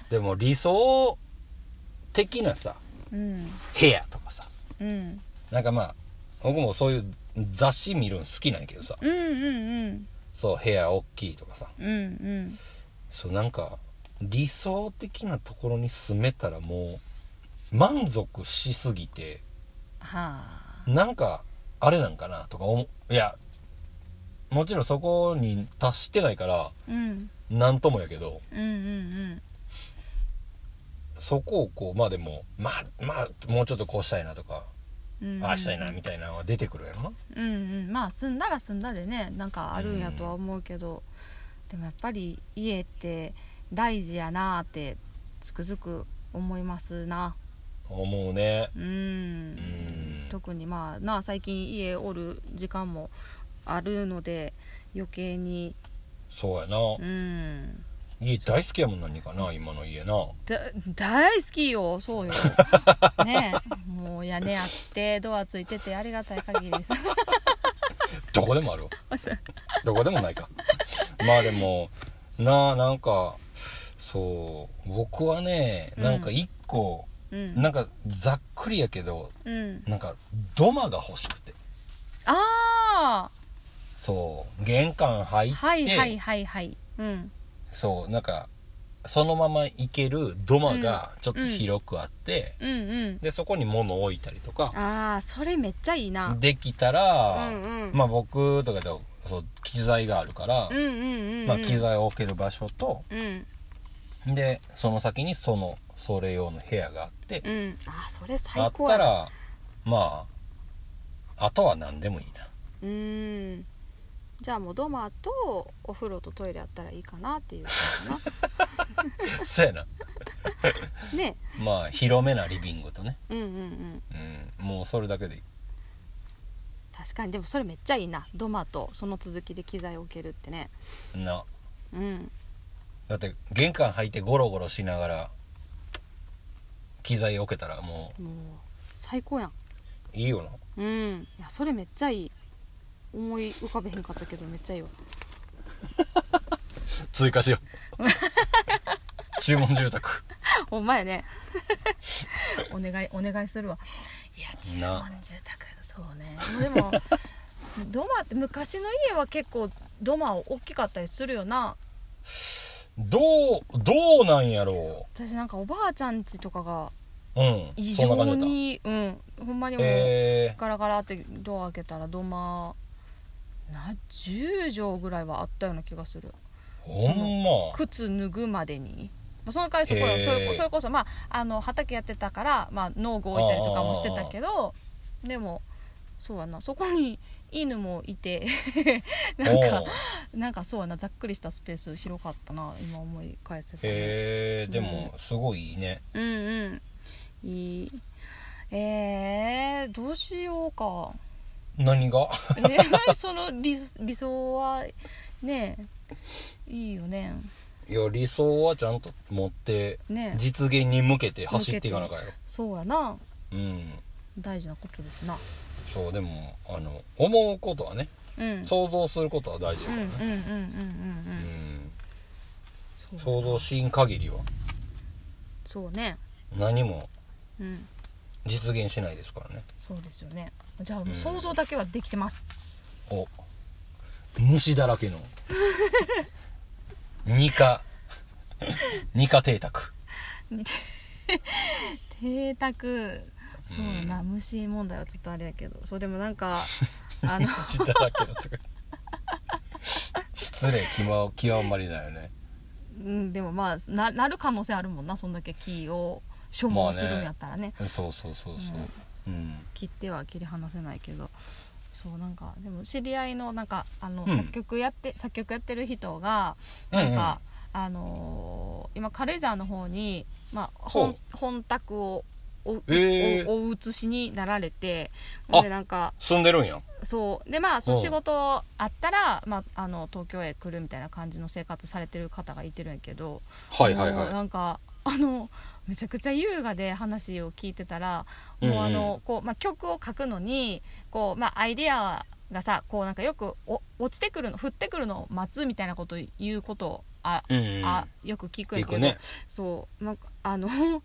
Speaker 1: でも理想的なさ
Speaker 2: うん
Speaker 1: 部屋とかさ
Speaker 2: うん
Speaker 1: なんかまあ僕もそういう雑誌見るの好きなんやけどさ
Speaker 2: うんうん
Speaker 1: そう部屋大きいとかさ
Speaker 2: うんうん
Speaker 1: そうなんか理想的なところに住めたらもう満足しすぎて
Speaker 2: はあ
Speaker 1: なんかあれなんかなとか思ういやもちろんそこに達してないから
Speaker 2: うん
Speaker 1: 何ともやけど
Speaker 2: うんうん
Speaker 1: そこをこうまあでもまあまあもうちょっとこうしたいなとか、
Speaker 2: うんうん
Speaker 1: ああしたいなみたいなのは出てくるやろな
Speaker 2: うんうんまあ住んだら住んだでねなんかあるんやとは思うけど、でもやっぱり家って大事やなーってつくづく思いますな
Speaker 1: 思うね
Speaker 2: う
Speaker 1: うんん
Speaker 2: 特にまあなあ最近家おる時間もあるので余計に
Speaker 1: そうやな
Speaker 2: うん
Speaker 1: 家大好きやもん何かな今の家な
Speaker 2: だ大好きよそ
Speaker 1: <laughs>
Speaker 2: うよねえもう屋根あってドアつい
Speaker 1: <laughs>
Speaker 2: ててありがたい限りです <laughs>
Speaker 1: どこでもあるわどこでもないかまあでもなあなんかそう僕はねなんか一個、
Speaker 2: うん
Speaker 1: なんかざっくりやけど
Speaker 2: うん
Speaker 1: なんか土間が欲しくて
Speaker 2: あ
Speaker 1: そう玄関入っ
Speaker 2: あ
Speaker 1: て、
Speaker 2: はいはいはいはいうん
Speaker 1: そうなんかそのまま行ける土間がちょっと広くあって、
Speaker 2: うんうん
Speaker 1: でそこに物を置いたりとか
Speaker 2: ああそれめっちゃいいな
Speaker 1: できたら、
Speaker 2: うんうん
Speaker 1: まあ僕とかとそう機材があるから、
Speaker 2: うんうんうん
Speaker 1: まあ、機材を置ける場所と
Speaker 2: うん
Speaker 1: でその先にそのそれ用の部屋があって、
Speaker 2: うんあーそれ
Speaker 1: あ
Speaker 2: 最
Speaker 1: っ
Speaker 2: 高
Speaker 1: た
Speaker 2: やな
Speaker 1: らまああとは何でもいいな <laughs>
Speaker 2: うーんじゃあもうドマとお風呂とトイレあったらいいかなっていう感じか
Speaker 1: そうやな
Speaker 2: な
Speaker 1: <laughs>
Speaker 2: ね
Speaker 1: まあ広めなリビングとね、
Speaker 2: うんうんうん
Speaker 1: うん、もうそれだけでいい
Speaker 2: 確かにでもそれめっちゃいいなドマとその続きで機材置けるってね
Speaker 1: な
Speaker 2: うん
Speaker 1: だって玄関入ってゴロゴロしながら機材置けたらも
Speaker 2: もう最高やん
Speaker 1: ういいよな
Speaker 2: うんいやそれめっちゃいい思い浮かべへんかったけどめっちゃいいわ
Speaker 1: 追加しよ <laughs> う注文住宅
Speaker 2: ほんまやね <laughs> お願いお願いするわいや注
Speaker 1: な
Speaker 2: 文住宅そうねでも土間って昔の家は結構土間大きかったりするよな
Speaker 1: どうどうなんやろ
Speaker 2: 私なんかおばあちゃん家とかが
Speaker 1: ううん
Speaker 2: 異
Speaker 1: そんな
Speaker 2: 常
Speaker 1: 感じだっ
Speaker 2: にうんほんまに
Speaker 1: た
Speaker 2: もう、
Speaker 1: え
Speaker 2: ガラガラってドア開けたら土間な10畳ぐらいはあったような気がする
Speaker 1: ー、ほんま
Speaker 2: 靴脱ぐまでにまあその代わりそこら
Speaker 1: へー
Speaker 2: それこそれこそ、まあ、あの畑やってたから、まあ、農具置いたりとかもしてたけどでもそうやなそこに犬もいて <laughs> なんか
Speaker 1: おう
Speaker 2: なんかそうやなざっくりしたスペース広かったな今思い返せば、
Speaker 1: へえでもすごいいいね
Speaker 2: うんうんいいえー、どうしようか
Speaker 1: 何が <laughs>
Speaker 2: えー、その理理想はねいいよね
Speaker 1: いや理想はちゃんと持って
Speaker 2: ね
Speaker 1: 実現に向けて走っていかなあかんやろ
Speaker 2: そうやな
Speaker 1: うん
Speaker 2: 大事なことですな
Speaker 1: そうでもあの思うことはね
Speaker 2: うん
Speaker 1: 想像することは大事だ
Speaker 2: う
Speaker 1: か
Speaker 2: ん
Speaker 1: ら
Speaker 2: うん
Speaker 1: ね
Speaker 2: うんうんう
Speaker 1: う
Speaker 2: んうん
Speaker 1: ん
Speaker 2: そう
Speaker 1: 想像しん限りは
Speaker 2: そうね
Speaker 1: 何も
Speaker 2: うん
Speaker 1: 実現しないですからね
Speaker 2: そうですよねじゃあ、
Speaker 1: ん
Speaker 2: 想像だけはできてます
Speaker 1: お虫だら <laughs> けの二課二課邸宅
Speaker 2: <laughs> 邸宅そうやな、
Speaker 1: う
Speaker 2: 虫問題はちょっとあれやけどそうでもなん <laughs> かあの
Speaker 1: 虫だらけのとか <laughs> 失礼極極まりだよね
Speaker 2: うんでもまあななる可能性あるもんなそんだけ木を所望するんやったらね
Speaker 1: そうそうそうそううん、
Speaker 2: 切っては切り離せないけどそうなんかでも知り合いのなんかあの、
Speaker 1: うん
Speaker 2: 作曲やって作曲やってる人が
Speaker 1: うんう
Speaker 2: なんんか、あのー今軽井沢の方に、まあ、本
Speaker 1: ほ
Speaker 2: 本宅をお,、
Speaker 1: えー
Speaker 2: おお移しになられて
Speaker 1: あ
Speaker 2: でなんか
Speaker 1: 住んでるんや
Speaker 2: そうでまあその
Speaker 1: うん
Speaker 2: 仕事あったら、まあ、あの東京へ来るみたいな感じの生活されてる方がいてるんやけど、
Speaker 1: はいはい
Speaker 2: もう
Speaker 1: は
Speaker 2: なんかあのめちゃくちゃ優雅で話を聞いてたら、
Speaker 1: うんう
Speaker 2: も
Speaker 1: ん
Speaker 2: うあのこうまあ曲を書くのにこうまあアイディアがさこうなんかよくお落ちてくるの降ってくるのを待つみたいなことを言うことをあ、
Speaker 1: いうんうん
Speaker 2: あよく聞くんや
Speaker 1: 行
Speaker 2: けど、
Speaker 1: くね
Speaker 2: そうなんかあの <laughs>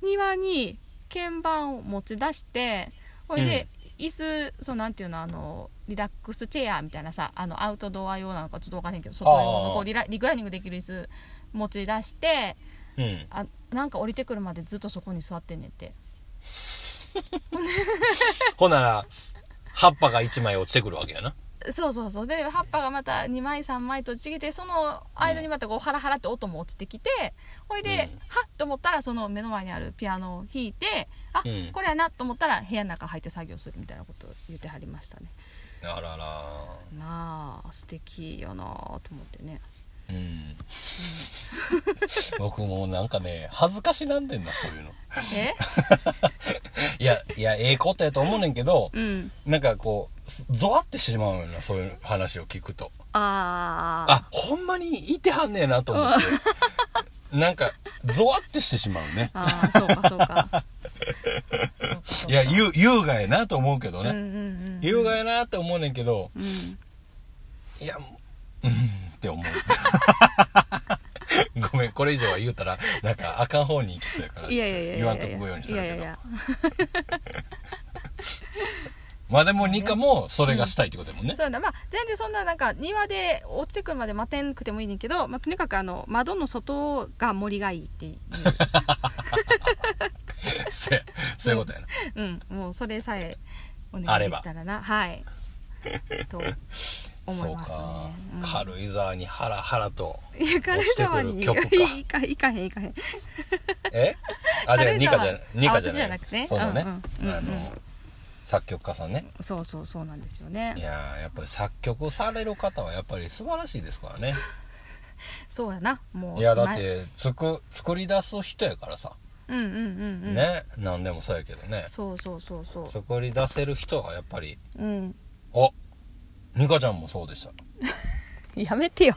Speaker 2: 庭に鍵盤を持ち出してほいで、椅子そうなんていうのあのリラックスチェアみたいなさあのアウトドア用なのかちょっと分からへんけど外用
Speaker 1: あ
Speaker 2: の
Speaker 1: ー
Speaker 2: こうリラリクライニングできる椅子持ち出して
Speaker 1: うん
Speaker 2: あなんか降りてくるまでずっとそこに座ってんねんって
Speaker 1: ほんなら葉っぱが一枚落ちてくるわけやな
Speaker 2: そうそうそうで葉っぱがまた2枚3枚とちぎってその間にまたこうハラハラって音も落ちてきてほいで、
Speaker 1: うん
Speaker 2: はっと思ったらその目の前にあるピアノを弾いてあ、
Speaker 1: うん
Speaker 2: これやなと思ったら部屋の中入って作業するみたいなことを言ってはりましたね
Speaker 1: あらら
Speaker 2: なあ素敵よなあと思っ
Speaker 1: <laughs>
Speaker 2: てね
Speaker 1: うん僕もなんかね恥ずかしなんでんなそういうの
Speaker 2: え
Speaker 1: いやいやええことやと思うねんけど
Speaker 2: うん
Speaker 1: なんかこうすゾワってしまうのよなそういう話を聞くと
Speaker 2: ああ
Speaker 1: あほんまにいてはんねえなと思ってなんかゾワってしてしまうね
Speaker 2: あーそうかそう
Speaker 1: <laughs>
Speaker 2: かそうかそう
Speaker 1: い
Speaker 2: い
Speaker 1: や優優雅やなと思うけど
Speaker 2: うん
Speaker 1: ね
Speaker 2: うんうん
Speaker 1: 優雅やなって思うねんけど
Speaker 2: うん
Speaker 1: いやうんっって思う <laughs> ごめんこれ以上は言うたらなんかあかん方に行きそうやから
Speaker 2: いやいやいやいやいや
Speaker 1: ちょっと言わんとこようにする
Speaker 2: いや
Speaker 1: け
Speaker 2: いやい
Speaker 1: ど
Speaker 2: や
Speaker 1: まあでもニカもそれがしたいってことやもんね
Speaker 2: そうだまあ全然そんななんか庭で落ちてくるまで待てんくてもいいねんけど、まあ、とにかくあの窓の外が森がいい
Speaker 1: <laughs>
Speaker 2: っていう
Speaker 1: そうやそういうことやな
Speaker 2: うんもうそれさえお願いできたらな
Speaker 1: <laughs>
Speaker 2: はいと思
Speaker 1: そ
Speaker 2: いうます
Speaker 1: か
Speaker 2: ね、
Speaker 1: 軽井沢にハラハラと
Speaker 2: うん、いや軽井沢にい
Speaker 1: 落ちてくる曲か
Speaker 2: かいかへんいかへん <laughs>
Speaker 1: えあじゃあ
Speaker 2: 軽
Speaker 1: ニ
Speaker 2: 井
Speaker 1: カ
Speaker 2: 沢
Speaker 1: じゃニカじゃ
Speaker 2: あ私じゃなくてね
Speaker 1: そうだね
Speaker 2: うんうんうんうん
Speaker 1: あの作曲家さんね
Speaker 2: そうそうそうなんですよ
Speaker 1: い
Speaker 2: ね
Speaker 1: やーやっぱり作曲される方はやっぱり素晴らしいですからね
Speaker 2: そうやなもう
Speaker 1: い
Speaker 2: い
Speaker 1: やだって作作り出す人やからさ、
Speaker 2: うんうんうんうん
Speaker 1: ね何でもそうやけどね
Speaker 2: そうそうそうそう
Speaker 1: 作り出せる人はやっぱり
Speaker 2: うん
Speaker 1: あニカちゃんもそうでした
Speaker 2: やめてよ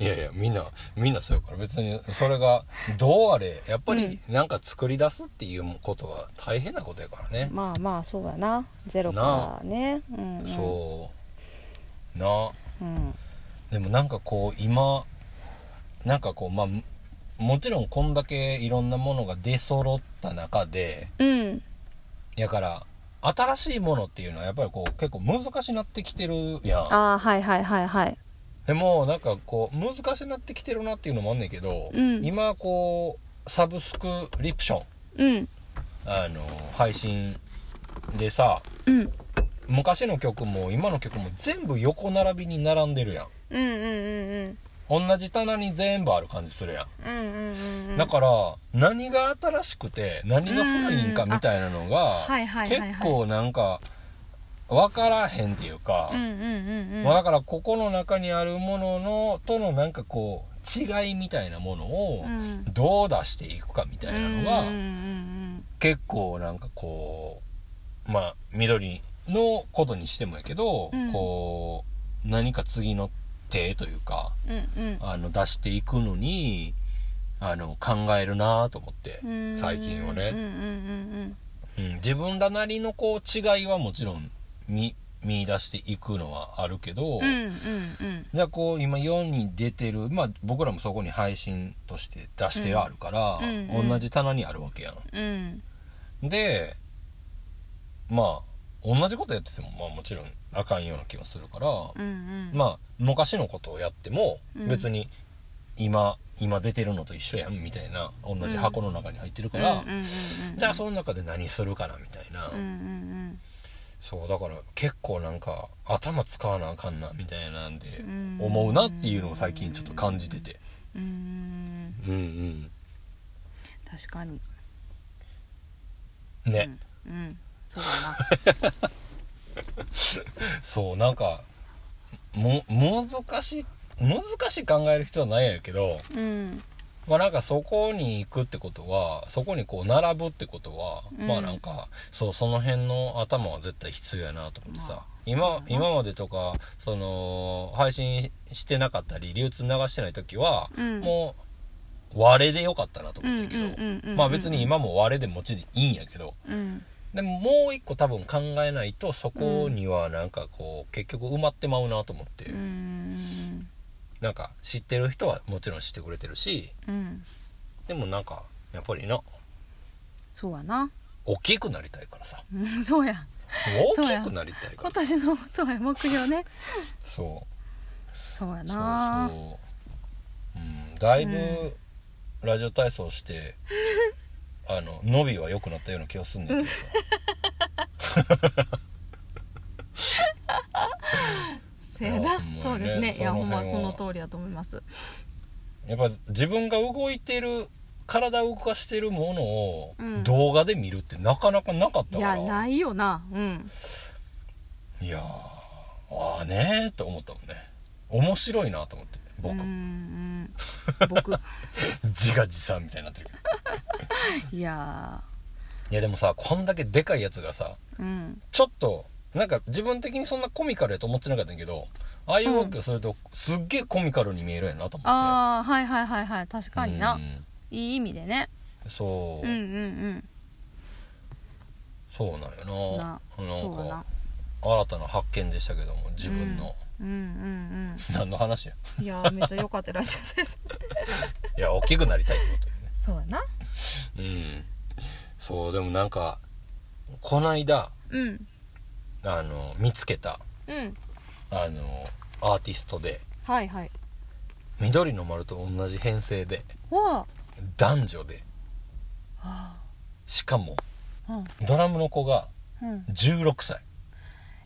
Speaker 1: いやいやみんなみんなそうやから別にそれがどうあれやっぱりなんか作り出すっていうことは大変なことやからね、
Speaker 2: まあまあそうやなゼロ
Speaker 1: な
Speaker 2: からねうんうん
Speaker 1: そうな
Speaker 2: うん
Speaker 1: でもなんかこう今なんかこうまあもちろんこんだけいろんなものが出揃った中で
Speaker 2: うん
Speaker 1: やから新しいものっていうのはやっぱりこう結構難しなってきてるやん
Speaker 2: ああはいはいはいはい
Speaker 1: でもなんかこう難しなってきてるなっていうのもあんねんけど、
Speaker 2: うん
Speaker 1: 今こうサブスクリプション
Speaker 2: うん
Speaker 1: あの配信でさ
Speaker 2: うんうん
Speaker 1: 昔の曲も今の曲も全部横並びに並んでるやん
Speaker 2: うんうん
Speaker 1: 同じ棚に全部ある感じするやん
Speaker 2: うんうんうんうんうん
Speaker 1: だから何が新しくて何が古いんかみたいなのが
Speaker 2: うんはいはいはい
Speaker 1: 結
Speaker 2: はい
Speaker 1: 構なんか分からへんっていうか
Speaker 2: うん、うんうんうん
Speaker 1: まあ、だからここの中にあるもののとのなんかこう違いみたいなものを
Speaker 2: うん
Speaker 1: どう出していくかみたいなの
Speaker 2: うんうん
Speaker 1: が
Speaker 2: うん
Speaker 1: 結構なんかこうまあ緑のことにしてもやけど、
Speaker 2: うん
Speaker 1: こう何か次の手というか
Speaker 2: うんうんうん
Speaker 1: あの出していくのにあの考えるなと思って。
Speaker 2: うん
Speaker 1: 最近はね
Speaker 2: うんうんうん
Speaker 1: うん、自分らなりのこう違いはもちろん見見出していくのはあるけど、
Speaker 2: うんうんうん
Speaker 1: じゃあこう今世に出てる、まあ、僕らもそこに配信として出してあるから、
Speaker 2: うんうん
Speaker 1: 同じ棚にあるわけや
Speaker 2: うんうん
Speaker 1: ん。でまあ同じことやってても、まあ、もちろんあかんような気がするから、
Speaker 2: うんうん
Speaker 1: まあ昔のことをやっても
Speaker 2: うん
Speaker 1: 別に今、今出てるのと一緒やんみたいな同じ箱の中に入ってるから、
Speaker 2: うんうんうんうん
Speaker 1: じゃあその中で何するかなみたいな。
Speaker 2: うんうん
Speaker 1: そうだから結構なんか頭使わなあかんなみたいなんで
Speaker 2: うん
Speaker 1: 思うなっていうのを最近ちょっと感じてて
Speaker 2: うんう
Speaker 1: う
Speaker 2: ん
Speaker 1: んうん
Speaker 2: 確かに
Speaker 1: ね、
Speaker 2: うんうんそうだな
Speaker 1: そうなんかも難しい難しい考える必要はないやけど
Speaker 2: うん
Speaker 1: まあなんかそこに行くってことはそこにこう並ぶってことは、
Speaker 2: うん
Speaker 1: まあなんかそうその辺の頭は絶対必要やなと思ってさ、
Speaker 2: まあ
Speaker 1: 今
Speaker 2: そうやな
Speaker 1: 今までとかその配信してなかったり流通流してない時は、
Speaker 2: う
Speaker 1: <laughs>
Speaker 2: ん
Speaker 1: もう割れでよかったなと思ってるけど、
Speaker 2: うんうんうんうんうん
Speaker 1: まあ別に今も割れで持ちでいいんやけど
Speaker 2: うん
Speaker 1: でももう一個多分考えないとそこにはなんかこう結局埋まってまうなと思って、
Speaker 2: うんうん
Speaker 1: なんか知ってる人はもちろん知ってくれてるし
Speaker 2: うん
Speaker 1: でもなんかやっぱりな
Speaker 2: そうやな
Speaker 1: 大きくなりたいからさ
Speaker 2: うんそうや
Speaker 1: 大
Speaker 2: そう
Speaker 1: き
Speaker 2: や
Speaker 1: くなりたいか
Speaker 2: 今
Speaker 1: らさ
Speaker 2: 年のそうや目標ね
Speaker 1: そう
Speaker 2: そう
Speaker 1: そ
Speaker 2: や
Speaker 1: う
Speaker 2: な
Speaker 1: そう、うん、だいぶ
Speaker 2: うん
Speaker 1: ラジオ体操して、
Speaker 2: <laughs>
Speaker 1: あの伸びは良くなったような気がすんねんけどさ
Speaker 2: せや
Speaker 1: ほんま
Speaker 2: な
Speaker 1: にね
Speaker 2: そうですねい
Speaker 1: その辺
Speaker 2: や
Speaker 1: は
Speaker 2: ほんまその通りだと思います
Speaker 1: やっぱ自分が動いてる体を動かしてるものを
Speaker 2: うん
Speaker 1: 動画で見るってなかなかなかっ
Speaker 2: い
Speaker 1: たか
Speaker 2: や
Speaker 1: ら、
Speaker 2: ないいよなうん
Speaker 1: やーああねーと思ったもんね面白いなと思って僕、
Speaker 2: うんうん僕
Speaker 1: <laughs> 自画自賛みたいになってるけど
Speaker 2: いや
Speaker 1: いやでもさこんだけでかいやつがさ
Speaker 2: ーうん
Speaker 1: ちょっとなんか自分的にそんなコミカルやと思ってなかったんやけどああいう動きをするとすっげえコミカルに見えるやなと思って
Speaker 2: ああはいはいはいはい確かに
Speaker 1: う
Speaker 2: なんいい意味でね
Speaker 1: そう、
Speaker 2: うんうん
Speaker 1: そうなんよな
Speaker 2: な
Speaker 1: なん
Speaker 2: そうや
Speaker 1: か
Speaker 2: な
Speaker 1: 新たな発見でしたけども自分の、
Speaker 2: うんうん
Speaker 1: 何の話や <laughs>
Speaker 2: うんいやーめっちゃ良かったらしいです
Speaker 1: いや大きくなりたいってことよね
Speaker 2: そうやな
Speaker 1: うんそうでもなんかこないだ
Speaker 2: うん
Speaker 1: あの見つけた
Speaker 2: うん
Speaker 1: あのアーティストで
Speaker 2: はいはい
Speaker 1: 緑の丸と同じ編成で
Speaker 2: わ
Speaker 1: 男女で
Speaker 2: あ
Speaker 1: しかも
Speaker 2: うん
Speaker 1: ドラムの子が
Speaker 2: うん
Speaker 1: 16歳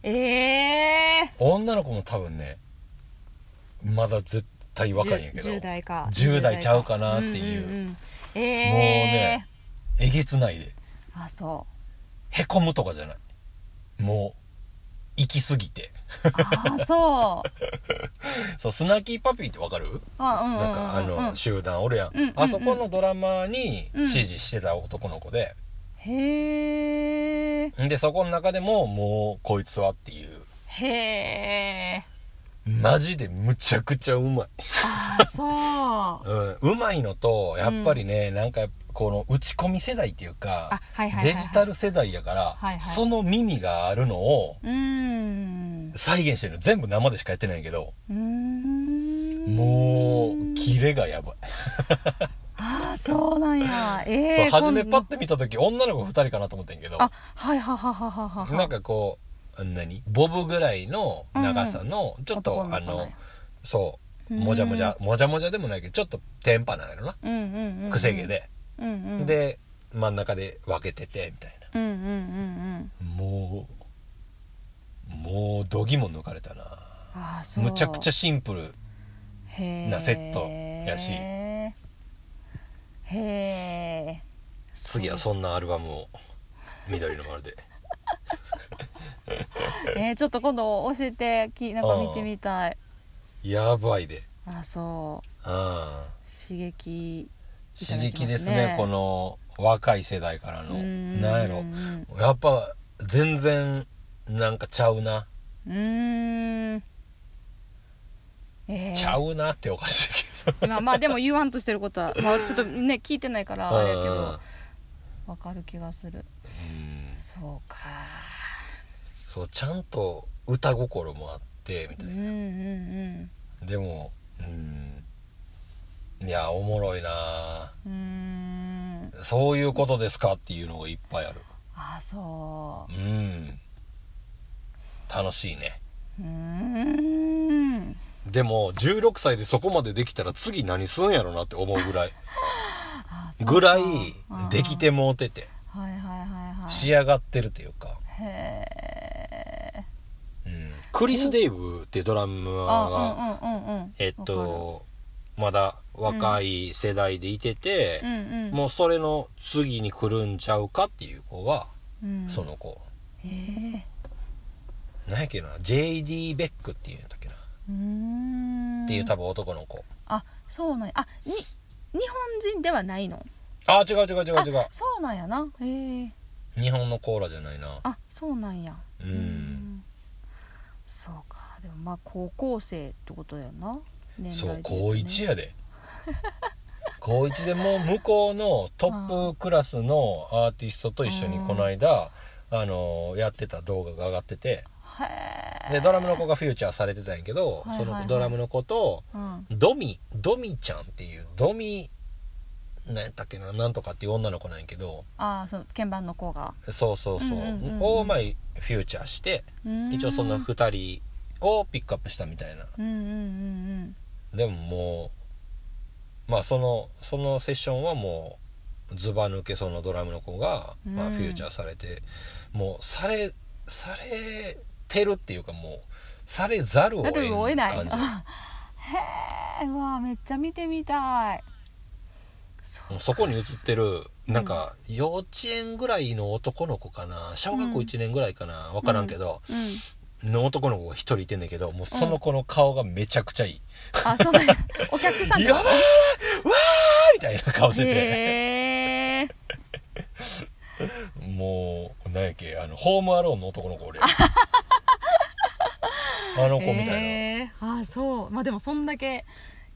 Speaker 2: ええ
Speaker 1: 女の子も多分ねまだ絶対若いんやけど
Speaker 2: 10代か
Speaker 1: 10代ちゃうかなっていう
Speaker 2: うんうんうんえ
Speaker 1: もう
Speaker 2: え
Speaker 1: ねえげつないで
Speaker 2: あそ
Speaker 1: へこむとかじゃないもう行き過ぎて
Speaker 2: うあそう
Speaker 1: そうスナーキーパピーってわかる
Speaker 2: あうんうんうん
Speaker 1: なんかあ
Speaker 2: うん
Speaker 1: の集団おるやん、
Speaker 2: うんうんうん
Speaker 1: あそこのドラマーに
Speaker 2: うん
Speaker 1: 支持してた男の子で、
Speaker 2: へえ
Speaker 1: んでそこの中でももうこいつはっていう
Speaker 2: へえ
Speaker 1: マジでむちゃくちゃうまい、
Speaker 2: あそう
Speaker 1: うん、うまいのとやっぱりね、なんかこの打ち込み世代っていう
Speaker 2: あ
Speaker 1: か、
Speaker 2: はいはいはいはい、
Speaker 1: デジタル世代やから、
Speaker 2: はいはい
Speaker 1: その耳があるのを
Speaker 2: うーんう
Speaker 1: 再現してるの全部生でしかやってないんやけど
Speaker 2: ーん
Speaker 1: もうキレがやばい、
Speaker 2: ああそうなんやえ
Speaker 1: そ
Speaker 2: え
Speaker 1: う初めパッて見た時女の子2人かなと思ったんやけど
Speaker 2: あはいはいはいはいはいはい
Speaker 1: なんかこう何ボブぐらいの長さの、ちょっと
Speaker 2: 男
Speaker 1: あ
Speaker 2: 子なん
Speaker 1: の
Speaker 2: や
Speaker 1: そう
Speaker 2: うん
Speaker 1: もじゃもじゃもじゃもじゃでもないけどちょっとテンパなんやろな
Speaker 2: うんうんうんうん
Speaker 1: くせ毛で、
Speaker 2: うんうん
Speaker 1: で真ん中で分けててみたい
Speaker 2: うんうんうん
Speaker 1: なもうもう度肝抜かれたな
Speaker 2: うんああそう
Speaker 1: むちゃくちゃシンプル
Speaker 2: へー
Speaker 1: なセットやし
Speaker 2: へえ
Speaker 1: 次はそんなアルバムを緑の
Speaker 2: <laughs>
Speaker 1: 丸で
Speaker 2: えー、ちょっと今度教えてきなんか見てみたい
Speaker 1: やばいで
Speaker 2: ああそう
Speaker 1: うん
Speaker 2: 刺激いた
Speaker 1: 刺
Speaker 2: だ
Speaker 1: 激
Speaker 2: きますね
Speaker 1: ですねこの若い世代からの
Speaker 2: うーん
Speaker 1: なんやろやっぱ全然なんかちゃうな、
Speaker 2: うーんえー
Speaker 1: ちゃうなっておかしいけど
Speaker 2: まあまあでも言わんとしてること <laughs> は、まあ、ちょっとね聞いてないからあれやけどわかる気がする
Speaker 1: うん
Speaker 2: そうか
Speaker 1: そうちゃんと歌心もあってみ
Speaker 2: う
Speaker 1: たい
Speaker 2: んう
Speaker 1: な、
Speaker 2: んうん
Speaker 1: でもうんいやおもろいな
Speaker 2: うーん
Speaker 1: そういうことですかっていうのがいっぱいある
Speaker 2: あそ
Speaker 1: うん楽しいね
Speaker 2: ううーん
Speaker 1: でも16歳でそこまでできたら次何すんやろなって思うぐら
Speaker 2: <laughs>
Speaker 1: い
Speaker 2: あそうか
Speaker 1: ぐらい
Speaker 2: あ
Speaker 1: できてもうてて
Speaker 2: はいはいはいはい
Speaker 1: 仕上がってるというか、
Speaker 2: へえ
Speaker 1: うんクリス・デイブってドラムが、
Speaker 2: あうんうんうんうん
Speaker 1: えっ
Speaker 2: わ
Speaker 1: とまだ若い世代でいてて
Speaker 2: かるう、んうん
Speaker 1: もうそれの次に来るんちゃうかっていう子が、
Speaker 2: うん
Speaker 1: その子
Speaker 2: へえ
Speaker 1: 何やっけな JD ベックっていうんだっけな、
Speaker 2: うーん
Speaker 1: っていう多分男の子
Speaker 2: あそうなんやあに日本人ではないの
Speaker 1: あー違う違う違う違
Speaker 2: あそうなんやなへえ
Speaker 1: う日本のコーラじゃないな
Speaker 2: あそうなんや
Speaker 1: う
Speaker 2: うんそうかでもまあ高校生ってことだよな年代
Speaker 1: そう
Speaker 2: で言
Speaker 1: 高1
Speaker 2: う
Speaker 1: やで <laughs> 高1でもう向こうのトップクラスのアーティストと一緒にこの間、あのーやってた動画が上がってて
Speaker 2: とねへえ
Speaker 1: でドラムの子がフューチャーされてたんやけど、
Speaker 2: はいはいはい
Speaker 1: そのドラムの子と
Speaker 2: うん
Speaker 1: ドミドミちゃんっていうドミなんやったっけななんとかっていう女の子なんやけど
Speaker 2: ああその鍵盤の子が
Speaker 1: そうそうそう,、
Speaker 2: うんうんうんうん
Speaker 1: をまあフューチャーして一応その
Speaker 2: うん
Speaker 1: 2人をピックアップしたみたいな
Speaker 2: うんうんうん
Speaker 1: でももうまあそのそのセッションはもうずば抜けそのドラムの子が、ま
Speaker 2: う
Speaker 1: あ、
Speaker 2: ん
Speaker 1: フューチャーされてもうされされてるっていうかもうされざる
Speaker 2: う
Speaker 1: を
Speaker 2: んな
Speaker 1: 得
Speaker 2: るを得ない
Speaker 1: 感じ
Speaker 2: <laughs> へえうわめっちゃ見てみたいそう
Speaker 1: <laughs> もうそこに映ってるなんか幼稚園ぐらいの男の子かな小学校
Speaker 2: うん
Speaker 1: 1年ぐらいかな分からんけど、
Speaker 2: うん
Speaker 1: の男の子が1人いてんだけどもうその子の顔がめちゃくちゃいい
Speaker 2: あそう <laughs> なんやお客さ
Speaker 1: 「
Speaker 2: ん
Speaker 1: やばーわー!」みたいな顔してて
Speaker 2: へえ
Speaker 1: もう何やっけあのホームアローンの男の
Speaker 2: <laughs>
Speaker 1: 子俺あの子みたいな、
Speaker 2: えー、あそうまあでもそんだけ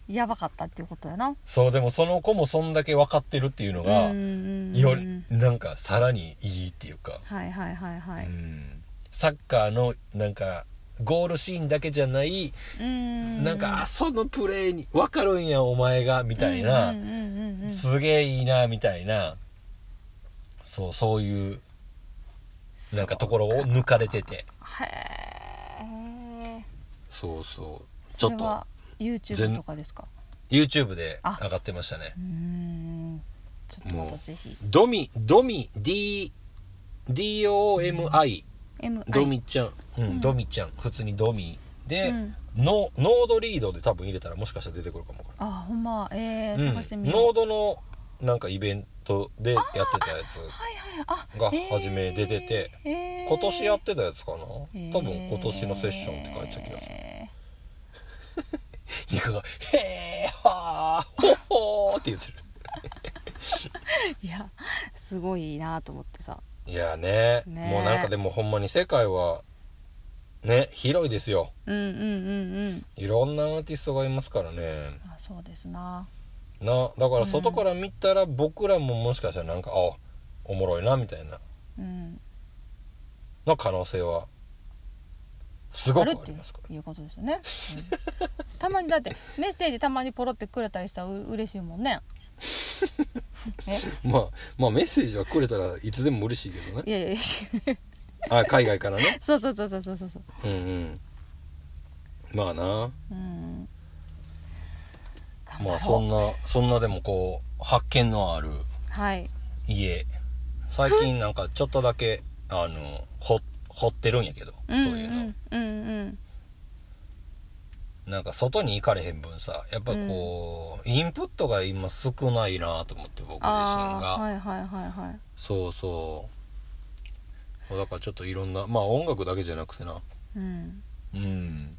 Speaker 2: やばかったっていうことやな
Speaker 1: そうでもその子もそんだけ分かってるっていうのが、
Speaker 2: うんうんうん
Speaker 1: よりなんかさらにいいっていうか、
Speaker 2: はいはいはいはい、
Speaker 1: うんサッカーのなんかゴールシーンだけじゃない、
Speaker 2: うん
Speaker 1: なんかあそのプレーに分かるんやお前がみ
Speaker 2: み
Speaker 1: たいな、
Speaker 2: うんうんうんうん、
Speaker 1: すげえいいなみたいなそうそういうなんかところを抜かれてて
Speaker 2: へえ
Speaker 1: そうそうちょっ
Speaker 2: それ
Speaker 1: と
Speaker 2: は YouTube とかですか
Speaker 1: YouTube で
Speaker 2: あ
Speaker 1: 上がってましたね
Speaker 2: うーんちょっとまたぜひ
Speaker 1: ドミドミ D DOMI、
Speaker 2: M
Speaker 1: ドミちゃん、うん
Speaker 2: うん
Speaker 1: ドミちゃん普通にドミで、
Speaker 2: うん
Speaker 1: ノノードリードで多分入れたらもしかしたら出てくるかもこれ
Speaker 2: あほんまえ
Speaker 1: う
Speaker 2: ー
Speaker 1: ん
Speaker 2: 探してみよう、
Speaker 1: ノードのなんかイベントでやってたやつ
Speaker 2: はいはいあ
Speaker 1: が初め出てて、
Speaker 2: えー
Speaker 1: 今年やってたやつかな
Speaker 2: えー
Speaker 1: 多分今年のセッションって書いてた気がする
Speaker 2: え
Speaker 1: ニカが「へーはーほほー」って言ってる
Speaker 2: ーいやすごいなと思ってさ
Speaker 1: いやね
Speaker 2: ね
Speaker 1: もうなんかでもほんまに世界はね広いですよ
Speaker 2: うんうんうんうん
Speaker 1: いろんなアーティストがいますからね
Speaker 2: あそうですな
Speaker 1: なだから外から見たら僕らももしかしたらなんか、あおもろいなみたいな
Speaker 2: うん
Speaker 1: の可能性はすご
Speaker 2: あ
Speaker 1: く
Speaker 2: る
Speaker 1: あ
Speaker 2: って
Speaker 1: り
Speaker 2: いう
Speaker 1: ますから
Speaker 2: いうことですよね、うんたまにだってメッセージたまにポロってくれたりしたらう嬉しいも
Speaker 1: <laughs>
Speaker 2: んねえ
Speaker 1: まあまあメッセージはくれたらいつでも嬉しいけどね
Speaker 2: いやいやいや
Speaker 1: <laughs> あ海外からね
Speaker 2: そうそうそうそうそうそうそう
Speaker 1: うんうんまあな
Speaker 2: うん
Speaker 1: まあ
Speaker 2: 頑張ろ
Speaker 1: そ
Speaker 2: うん
Speaker 1: なそんなでもこう発見のある
Speaker 2: はい
Speaker 1: 家最近なんかちょっとだけあのほ掘ってるんやけど、そういうの
Speaker 2: うんうんうん
Speaker 1: なんか外に行かれへん分さやっぱこう、インプットが今少ないなと思って僕自身が、
Speaker 2: あーはいはいはいはい
Speaker 1: そうそうだからちょっといろんなまあ音楽だけじゃなくてな
Speaker 2: うん
Speaker 1: うん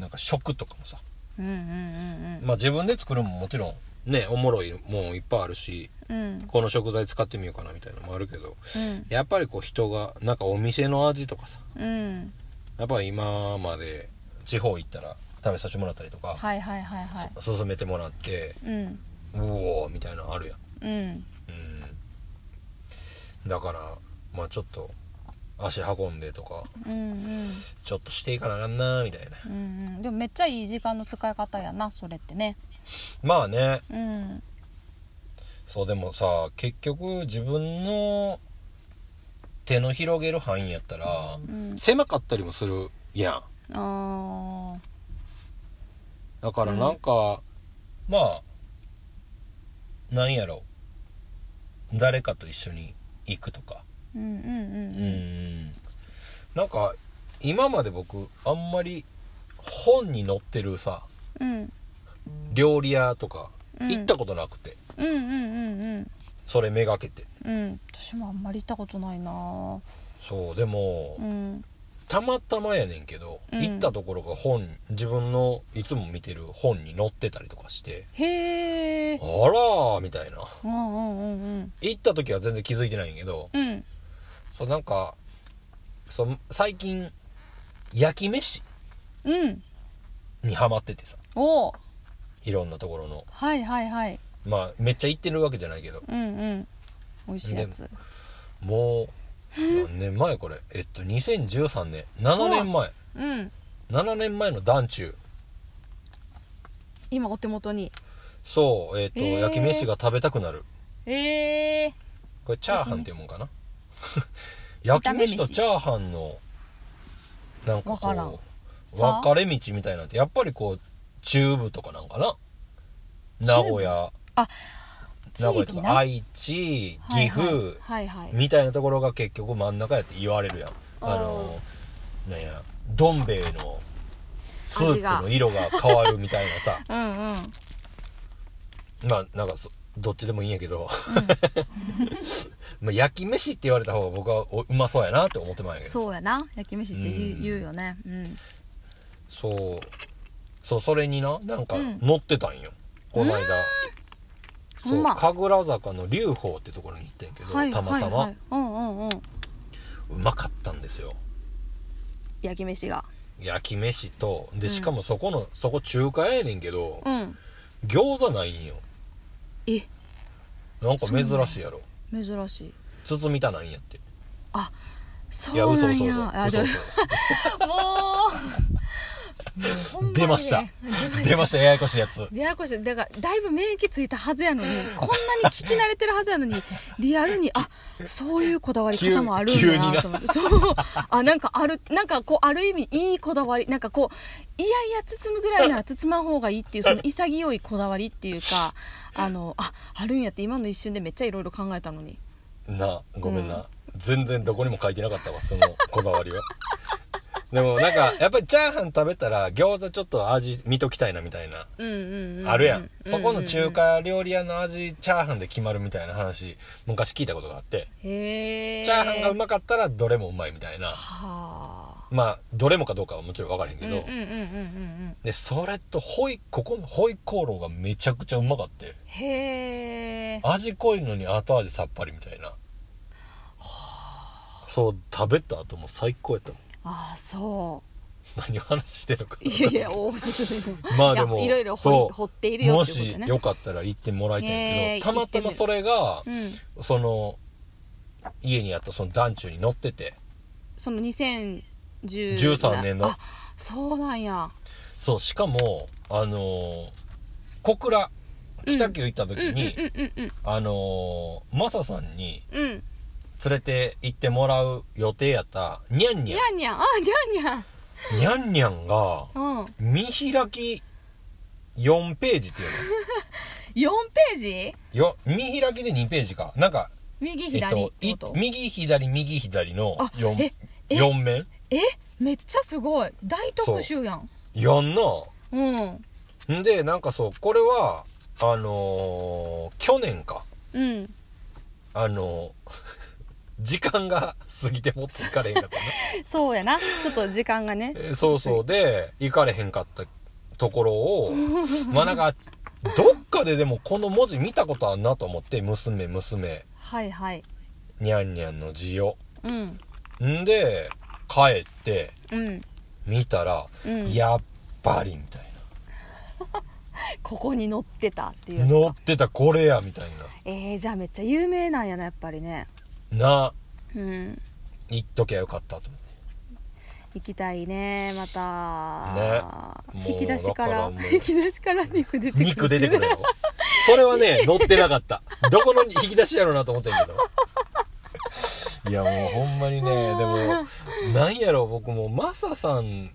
Speaker 1: なんか食とかもさ
Speaker 2: うんうんうんうん
Speaker 1: まあ自分で作るのももちろんねおもろいもんいっぱいあるし
Speaker 2: うん
Speaker 1: この食材使ってみようかなみたいなのもあるけど
Speaker 2: うん
Speaker 1: やっぱりこう人がなんかお店の味とかさ
Speaker 2: うん
Speaker 1: やっぱ今まで地方行ったら食べさせてもらったりとか、
Speaker 2: はいはいはいはい
Speaker 1: す勧めてもらって
Speaker 2: うん
Speaker 1: うおーみたいなのあるやん
Speaker 2: うん
Speaker 1: うんだからまあちょっと足運んでとか
Speaker 2: うんうん
Speaker 1: ちょっとしていかなあかんなみたいな
Speaker 2: うんうんでもめっちゃいい時間の使い方やなそれってね
Speaker 1: まあね
Speaker 2: うん
Speaker 1: そうでもさ結局自分の手の広げる範囲やったら、
Speaker 2: うん
Speaker 1: 狭かったりもするやん
Speaker 2: あ
Speaker 1: だからなんか、まあなんやろ誰かと一緒に行くとか
Speaker 2: ーうんうん
Speaker 1: う
Speaker 2: うん
Speaker 1: んなんか今まで僕あんまり本に載ってるさ
Speaker 2: うん
Speaker 1: 料理屋とか
Speaker 2: うん
Speaker 1: 行ったことなくて、
Speaker 2: うんうんうんうん
Speaker 1: それめがけて
Speaker 2: うん私もあんまり行ったことないな
Speaker 1: そうでも、
Speaker 2: うん
Speaker 1: たまたまやねんけど、
Speaker 2: うん
Speaker 1: 行ったところが本自分のいつも見てる本に載ってたりとかして
Speaker 2: へえ
Speaker 1: あらーみたいな
Speaker 2: うんうんうんうん
Speaker 1: 行った時は全然気づいてないんやけど
Speaker 2: うん
Speaker 1: そうなんかそう最近焼き飯
Speaker 2: うん
Speaker 1: にハマっててさ
Speaker 2: おー
Speaker 1: いろんなところの
Speaker 2: はいはいはい
Speaker 1: まあめっちゃ行ってるわけじゃないけど
Speaker 2: うんうん美味しいやつ
Speaker 1: もう何年前これえっと2013年7年前
Speaker 2: うん
Speaker 1: 7年前の団中
Speaker 2: 今お手元に
Speaker 1: そうえっと、
Speaker 2: えー
Speaker 1: 焼き飯が食べたくなる
Speaker 2: ええ
Speaker 1: これチャーハンっていうもんかな焼き飯とチャーハンのなんか
Speaker 2: わからん
Speaker 1: こう
Speaker 2: さあ
Speaker 1: 分かれ道みたいなんてやっぱりこう中部とかなんかな名古屋
Speaker 2: 地
Speaker 1: 名古屋
Speaker 2: 域
Speaker 1: と
Speaker 2: な
Speaker 1: か愛知
Speaker 2: はい
Speaker 1: 岐
Speaker 2: はい
Speaker 1: 阜、
Speaker 2: はいはい
Speaker 1: みたいなところが結局真ん中やって言われるやんあのなんやどん兵衛のスープの色が変わるみたいなさ
Speaker 2: うんうん
Speaker 1: まあなんかそどっちでもいいんやけど <laughs> まあ焼き飯って言われた方が僕はおうまそうやなって思ってまうんやけどそう
Speaker 2: そうやな焼き飯って言
Speaker 1: う
Speaker 2: うん言うよねうん
Speaker 1: そうそれにななんか
Speaker 2: うん
Speaker 1: 乗ってたんよ、この間
Speaker 2: うん
Speaker 1: そう
Speaker 2: ほんま
Speaker 1: 神楽坂の龍宝ってところに行ってんけど、
Speaker 2: はい
Speaker 1: たまたま、
Speaker 2: はいはいうんうんうん
Speaker 1: うまかったんですよ
Speaker 2: 焼き飯が
Speaker 1: 焼き飯とでしかもそこの、そこ中華屋やねんけど、
Speaker 2: うん
Speaker 1: 餃子ないんよ
Speaker 2: え
Speaker 1: なんか珍しいやろ
Speaker 2: 珍しい
Speaker 1: 包みたないんやっていや
Speaker 2: そう
Speaker 1: 嘘
Speaker 2: な
Speaker 1: 嘘
Speaker 2: んや
Speaker 1: 嘘
Speaker 2: あ
Speaker 1: 嘘
Speaker 2: でも
Speaker 1: 嘘
Speaker 2: もう
Speaker 1: <laughs>
Speaker 2: もうほんにね
Speaker 1: 出ま
Speaker 2: <laughs>
Speaker 1: した出ましたややこしいやつ
Speaker 2: ややこしいだからだいぶ免疫ついたはずやのにこんなに聞き慣れてるはずや
Speaker 1: <laughs>
Speaker 2: のにリアルにあそういうこだわり方もあるん
Speaker 1: 急急
Speaker 2: だ
Speaker 1: に
Speaker 2: な
Speaker 1: な
Speaker 2: と思ってそうあなんかあるなんかこうある意味いいこだわりなんかこういやいや包むぐらいなら包まん方がいいっていうその潔いこだわりっていうかあのああるんやって今の一瞬でめっちゃいろいろ考えたのに
Speaker 1: なごめんな、全然どこにも書いてなかったわそのこだわりはでもなんかやっぱりチャーハン食べたら餃子ちょっと味見ときたいなみたいな
Speaker 2: うんうんうん
Speaker 1: あるやん、そこの中華料理屋の味チャーハンで決まるみたいな話昔聞いたことがあって、
Speaker 2: へえ
Speaker 1: チャーハンがうまかったらどれもうまいみたいな
Speaker 2: はあ
Speaker 1: まあどれもかどうかはもちろん分からへんけど、
Speaker 2: うんうんうんうんうんうん
Speaker 1: でそれとホイここのホイコーローがめちゃくちゃうまかって
Speaker 2: へえ
Speaker 1: 味濃いのに後味さっぱりみたいなそう食べた後も最高やったもん <laughs>
Speaker 2: ああそう
Speaker 1: 何を話してるのか
Speaker 2: いやいや、おすすめでも。
Speaker 1: まあでも
Speaker 2: いやいろいろ掘り
Speaker 1: そう
Speaker 2: 掘っているよ
Speaker 1: も
Speaker 2: っていう
Speaker 1: し
Speaker 2: ことね。
Speaker 1: よかったら行ってもらいたい
Speaker 2: ね
Speaker 1: んや
Speaker 2: え
Speaker 1: けどたまたまそれが
Speaker 2: うん。
Speaker 1: その家にあったその団中に乗ってて
Speaker 2: その2013
Speaker 1: 13年の
Speaker 2: あ、そうなんや。
Speaker 1: そうしかもあのー小倉北九行った時
Speaker 2: うんうん
Speaker 1: に、
Speaker 2: うんうん
Speaker 1: あのーマサさんに
Speaker 2: うん。うん。
Speaker 1: 連れて行ってもらう予定やったニャンニ
Speaker 2: に
Speaker 1: ャ
Speaker 2: ゃんにゃん、あ、にゃんにゃん。
Speaker 1: ンニャンニャンが
Speaker 2: うん。
Speaker 1: 見開き4ページっていう
Speaker 2: 4ページ
Speaker 1: のよ見開きで2ページかなんか
Speaker 2: 右
Speaker 1: えっ
Speaker 2: 左っ
Speaker 1: と
Speaker 2: て
Speaker 1: い
Speaker 2: こと、
Speaker 1: 右左右左の
Speaker 2: あ
Speaker 1: 4,
Speaker 2: ええ
Speaker 1: 4面
Speaker 2: え、めっちゃすごい。大特集やん。
Speaker 1: 4の
Speaker 2: うん。うん
Speaker 1: んでなんかそうこれはあのー去年か。
Speaker 2: え、
Speaker 1: あのー時間が過ぎて持っていかれへんかったな
Speaker 2: そうやな。ちょっと時間がね。
Speaker 1: えーそうそうで行かれへんかったところ
Speaker 2: <laughs>
Speaker 1: をまあなんかどっかででもこの文字見たことあんなと思って娘娘
Speaker 2: はいはい。
Speaker 1: にゃんにゃんの字を
Speaker 2: うん。
Speaker 1: んで帰って
Speaker 2: うん。
Speaker 1: 見たら、
Speaker 2: うん。
Speaker 1: やっぱりみたいな。
Speaker 2: ここに乗ってたっていうやつか
Speaker 1: 乗ってたこれやみたい
Speaker 2: えー、じゃあめっちゃ有名なんやな、やっぱりね。
Speaker 1: なな
Speaker 2: うん。
Speaker 1: 言っときゃよかったと思
Speaker 2: 行きたいねまた、
Speaker 1: ね
Speaker 2: 引き出しか
Speaker 1: も
Speaker 2: ら
Speaker 1: うだからもう
Speaker 2: 引き出しから肉出て
Speaker 1: って
Speaker 2: く
Speaker 1: <laughs>
Speaker 2: る
Speaker 1: 肉出てくるよそれはね乗ってなかったどこの引き出しやろうなと思ってんけどいやもうほんまにねでもなんやろう僕もマサさん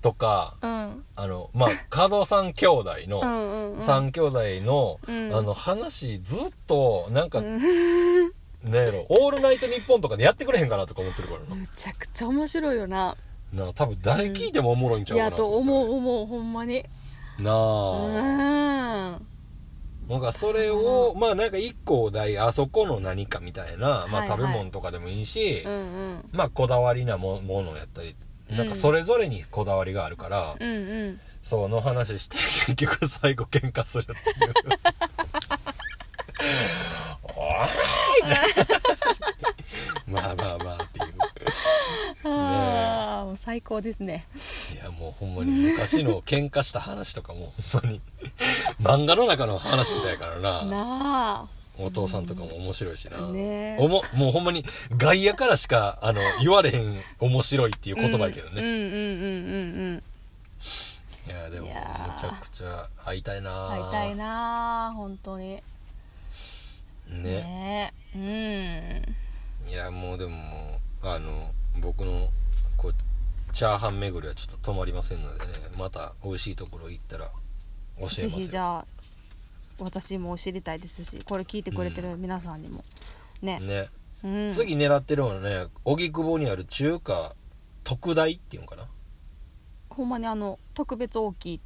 Speaker 1: とか
Speaker 2: <laughs> うん
Speaker 1: あのまあ角さん兄弟
Speaker 2: う
Speaker 1: の
Speaker 2: んうんうん
Speaker 1: 三兄弟の、
Speaker 2: うん
Speaker 1: あの話ずっとなんか、
Speaker 2: う
Speaker 1: なん
Speaker 2: ん
Speaker 1: やろ「オールナイトニッポン」とかでやってくれへんかなとか思ってるから
Speaker 2: むちゃくちゃ面白いよな
Speaker 1: なな多分誰聞いてもおもろいんち
Speaker 2: い
Speaker 1: ゃうか
Speaker 2: や
Speaker 1: な
Speaker 2: と
Speaker 1: って
Speaker 2: 思う思うほんまに
Speaker 1: な
Speaker 2: う
Speaker 1: あ、
Speaker 2: ーん
Speaker 1: なんかそれをまあなんか一個お題あそこの何かみたいな、ま
Speaker 2: はいは
Speaker 1: あ、
Speaker 2: い
Speaker 1: 食べ物とかでもいいし、
Speaker 2: うんうん
Speaker 1: まあこだわりなもものやったりなんかそれぞれにこだわりがあるから、
Speaker 2: うんうん
Speaker 1: その話して結局最後喧嘩するっていう <laughs> おいまあまあまあっていう
Speaker 2: ああもう最高ですね
Speaker 1: いやもうほんまに昔の喧嘩した話とかもほんまに <laughs> 漫画の中の話みたいやから
Speaker 2: な
Speaker 1: お父さんとかも面白いしな、
Speaker 2: ねえ
Speaker 1: おももうほんまに外野からしかあの言われへん面白いっていう
Speaker 2: あ
Speaker 1: 言葉やけど
Speaker 2: うん
Speaker 1: ね、
Speaker 2: うんうんうんうん
Speaker 1: いやでも
Speaker 2: い
Speaker 1: む
Speaker 2: やー
Speaker 1: ちゃくちゃ会いたいな
Speaker 2: 会いたいな本当に
Speaker 1: ね
Speaker 2: ねうん
Speaker 1: いやもうでももうあの僕のこうチャーハン巡りはちょっと止まりませんのでねまた美味しいところ行ったら教え
Speaker 2: ぜ
Speaker 1: ま
Speaker 2: ひ
Speaker 1: す
Speaker 2: じ
Speaker 1: よ
Speaker 2: ゃあ私も知りたいですしこれ聞いてくれてる皆さんにも、ね、
Speaker 1: ね、
Speaker 2: うん、
Speaker 1: 次狙ってるのはね荻窪にある中華特大っていうんかな
Speaker 2: ほんまにあの特別大きい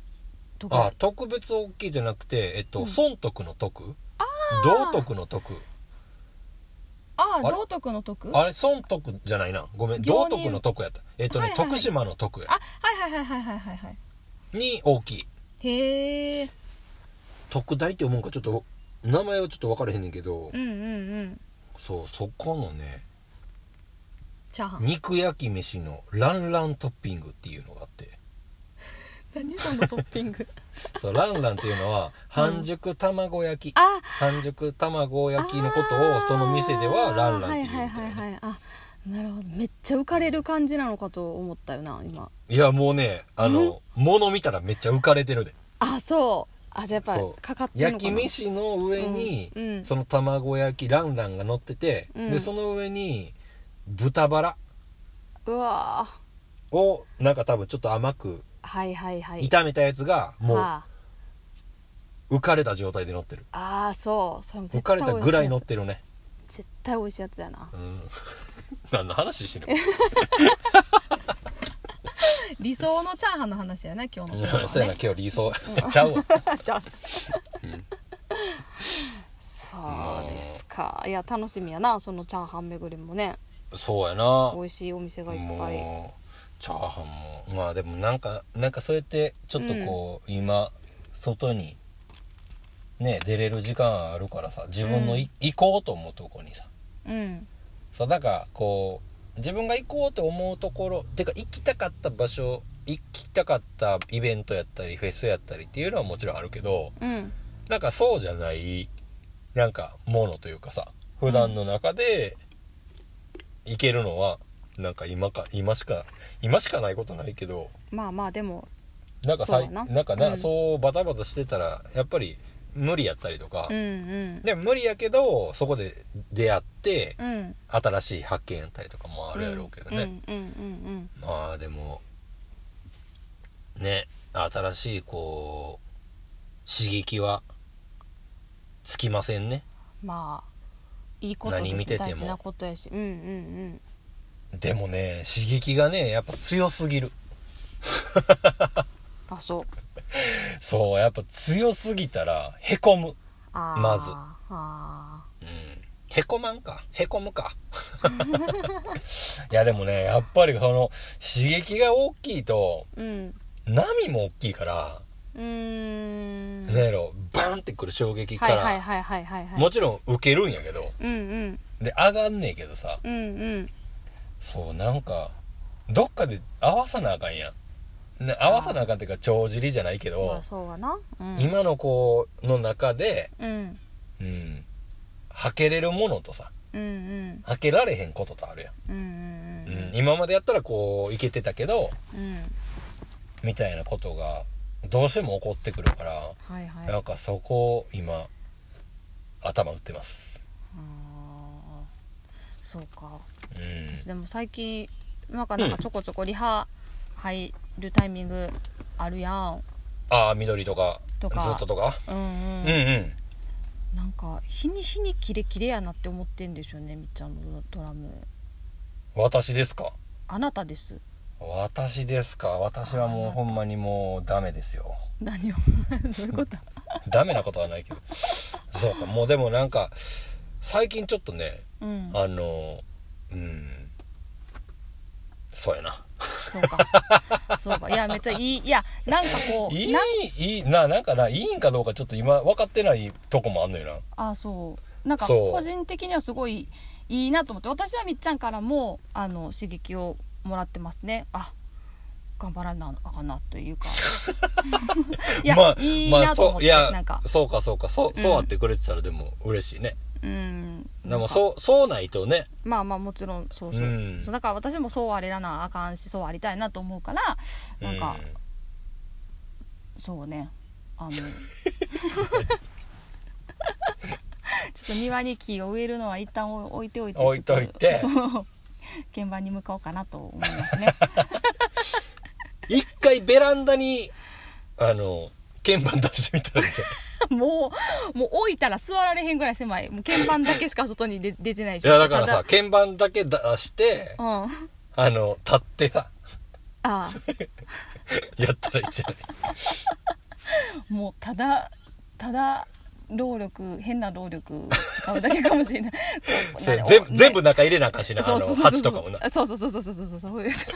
Speaker 2: と
Speaker 1: あ
Speaker 2: か
Speaker 1: 特別大きいじゃなくて、えっと
Speaker 2: うん
Speaker 1: 損得の得道徳の得
Speaker 2: あ
Speaker 1: あれ
Speaker 2: 道徳の徳
Speaker 1: あれ損得じゃないなごめん
Speaker 2: 行
Speaker 1: 道
Speaker 2: 人
Speaker 1: 徳の得やったえっとね、
Speaker 2: はいはいはい
Speaker 1: 徳島の得や
Speaker 2: あはいはいはいはいはいはい
Speaker 1: に大きい
Speaker 2: へえ
Speaker 1: 特大って思うんかちょっと名前はちょっと分からへんねんけど、
Speaker 2: うんうんうん
Speaker 1: そうそこのね
Speaker 2: チャーハン
Speaker 1: 肉焼き飯のランラントッピングっていうのがあって
Speaker 2: 何そのトッピング
Speaker 1: そうランランっていうのは半熟卵焼き、
Speaker 2: <laughs> あ
Speaker 1: 半熟卵焼きのこと
Speaker 2: あ
Speaker 1: を
Speaker 2: ー
Speaker 1: その店ではランランっていうみたいな、
Speaker 2: はいはいはいはいあなるほどめっちゃ浮かれる感じなのかと思ったよな今
Speaker 1: いやもうねあの物見たらめっちゃ浮かれてるで
Speaker 2: あそうあじゃあやっ
Speaker 1: そ
Speaker 2: ぱ
Speaker 1: う
Speaker 2: りかかってる
Speaker 1: 焼
Speaker 2: のか
Speaker 1: き
Speaker 2: な
Speaker 1: 飯の上に、
Speaker 2: うんうん
Speaker 1: その卵焼きランランが乗ってて、
Speaker 2: うん
Speaker 1: でその上に豚バラ
Speaker 2: うわー
Speaker 1: をなんか多分ちょっと甘く
Speaker 2: はいはいはい
Speaker 1: 炒めたやつがも
Speaker 2: は
Speaker 1: う浮かれた状態で乗ってる
Speaker 2: ああーそうそれも
Speaker 1: 浮
Speaker 2: 絶
Speaker 1: か
Speaker 2: 対
Speaker 1: れ
Speaker 2: 美
Speaker 1: た
Speaker 2: 味し
Speaker 1: ぐらい
Speaker 2: い
Speaker 1: 乗
Speaker 2: や
Speaker 1: っ
Speaker 2: つ
Speaker 1: てるね
Speaker 2: 絶対美味しいやつやな
Speaker 1: うん <laughs> 何の話
Speaker 2: <laughs>
Speaker 1: してるの
Speaker 2: 理想のチャーハンの話やな今日の
Speaker 1: い
Speaker 2: テーマ <laughs>
Speaker 1: やそうやな
Speaker 2: はね
Speaker 1: 今日理想 <laughs> ちゃうわ
Speaker 2: <laughs> じゃあ
Speaker 1: うん
Speaker 2: そうですかいや楽しみやなそのチャーハン巡りもね
Speaker 1: そうやな
Speaker 2: 美味しいお店がいっぱい
Speaker 1: もうチャーハンもまあでもなんかなんかそうやってちょっとこう、今外にね出れる時間あるからさ自分のい、行こうと思うとこにさ
Speaker 2: うん
Speaker 1: そうだからこう自分が行こうと思うところてか行きたかった場所行きたかったイベントやったりフェスやったりっていうのはもちろんあるけど
Speaker 2: うん
Speaker 1: なんかそうじゃないなんかものというかさ普段の中で行けるのはなんか今か今しか今しかないことないけど
Speaker 2: まあまあでも
Speaker 1: なんかさ
Speaker 2: そうだな
Speaker 1: なんかな、
Speaker 2: うん
Speaker 1: そうバタバタしてたらやっぱり無理やったりとか、
Speaker 2: うんうん
Speaker 1: でも無理やけどそこで出会って
Speaker 2: うん
Speaker 1: 新しい発見やったりとかもあ
Speaker 2: あ
Speaker 1: るやろうけどね、
Speaker 2: うんうんうん
Speaker 1: まあでもね新しいこう刺激はつきませんね
Speaker 2: うんまあいいこと
Speaker 1: 何
Speaker 2: で
Speaker 1: 見
Speaker 2: す
Speaker 1: てても
Speaker 2: 大事なことやしうんうん
Speaker 1: でもね刺激がねやっぱ強すぎる
Speaker 2: うんあそう
Speaker 1: そうやっぱ強すぎたらへこむ
Speaker 2: あー
Speaker 1: まず
Speaker 2: あ
Speaker 1: うんへこまんかへこむ
Speaker 2: <laughs>
Speaker 1: かいやでもねやっぱりその刺激が大きいと
Speaker 2: ーうん
Speaker 1: 波も大きいから、
Speaker 2: うーん
Speaker 1: なんやろバーンってくる衝撃か
Speaker 2: はい
Speaker 1: ら、
Speaker 2: はいはいはいはいはい
Speaker 1: もちろん受けるんやけど
Speaker 2: うんうん
Speaker 1: で上がんねえけどさ
Speaker 2: うんうん
Speaker 1: そうなんかどっかで合わさなあかんやん、ね、合わさなあかんっていうか帳尻じゃないけ
Speaker 2: ま
Speaker 1: ど
Speaker 2: あ、そうはなうん
Speaker 1: 今の子の中で
Speaker 2: うん
Speaker 1: うんはけれるものとさ
Speaker 2: うんうん
Speaker 1: はけられへんこととあるや、
Speaker 2: うんうんん
Speaker 1: うん、今までやったらこういけてたけど
Speaker 2: うんうん
Speaker 1: みたいなことがどうしても起こってくるから、
Speaker 2: はいはい
Speaker 1: なんかそこを今頭打ってます
Speaker 2: あーそうか
Speaker 1: うん
Speaker 2: 私でも最近なんかなんかちょこちょこリハ入るタイミングあるやん
Speaker 1: ああ緑とか
Speaker 2: とか
Speaker 1: ずっととか
Speaker 2: うんうん、
Speaker 1: うんうん
Speaker 2: なんか日に日にキレキレやなって思ってんですよねみっちゃんのドラム
Speaker 1: 私ですか
Speaker 2: あなたです
Speaker 1: 私ですか私はもうほんまにもうダメですよ
Speaker 2: 何を <laughs> どういうこと
Speaker 1: ダメなことはないけどそうかもうでもなんか最近ちょっとね
Speaker 2: うん
Speaker 1: あのうんそうやな
Speaker 2: そうかそうかいやめっちゃいいいやなんかこう
Speaker 1: いい
Speaker 2: ない
Speaker 1: いななんかないいんかどうかちょっと今分かってないとこもあんのよ
Speaker 2: あそうなんか
Speaker 1: そう
Speaker 2: 個人的にはすごいいいなと思って私はみっちゃんからもあの刺激をもらってますねあ頑張らなあかんな
Speaker 1: <laughs>
Speaker 2: というかいや、
Speaker 1: まあ
Speaker 2: いい
Speaker 1: まあ
Speaker 2: なと思
Speaker 1: そう
Speaker 2: って、
Speaker 1: いや
Speaker 2: なんか
Speaker 1: なそうかそうかそう
Speaker 2: うん
Speaker 1: そうあってくれてたらでも嬉しいね、
Speaker 2: うん
Speaker 1: でも
Speaker 2: う
Speaker 1: そうそうないとね
Speaker 2: まあまあもちろんそうそう,、
Speaker 1: うん
Speaker 2: そうだから私もそうあれらなあかんしそうありたいなと思うからなんか、そうねあの <laughs> ちょっと庭に木を植えるのは一旦置いておいて
Speaker 1: 置いといて
Speaker 2: ちょっとそう現場に向かおうかなと思いますね
Speaker 1: うん、一回ベランダにあの鍵盤出してみたらいいんじゃ
Speaker 2: <laughs>
Speaker 1: ない
Speaker 2: <laughs> もうもう置いたら座られへんぐらい狭いもう鍵盤だけしか外に出出てない
Speaker 1: いやだからさ鍵盤だけ出して
Speaker 2: ただうん
Speaker 1: あの立ってさ
Speaker 2: ああ
Speaker 1: やったらいいんじゃない
Speaker 2: <laughs> もうただただ労力変な労力使うだけかも
Speaker 1: <laughs>
Speaker 2: しれないこう
Speaker 1: それ
Speaker 2: な
Speaker 1: 全部
Speaker 2: お
Speaker 1: 全部中入れなあかんしなあ
Speaker 2: そうそう
Speaker 1: の
Speaker 2: そう
Speaker 1: 鉢
Speaker 2: そ
Speaker 1: と
Speaker 2: う
Speaker 1: かもな
Speaker 2: そうそうそうそうそうそうそうそう
Speaker 1: <laughs>
Speaker 2: そう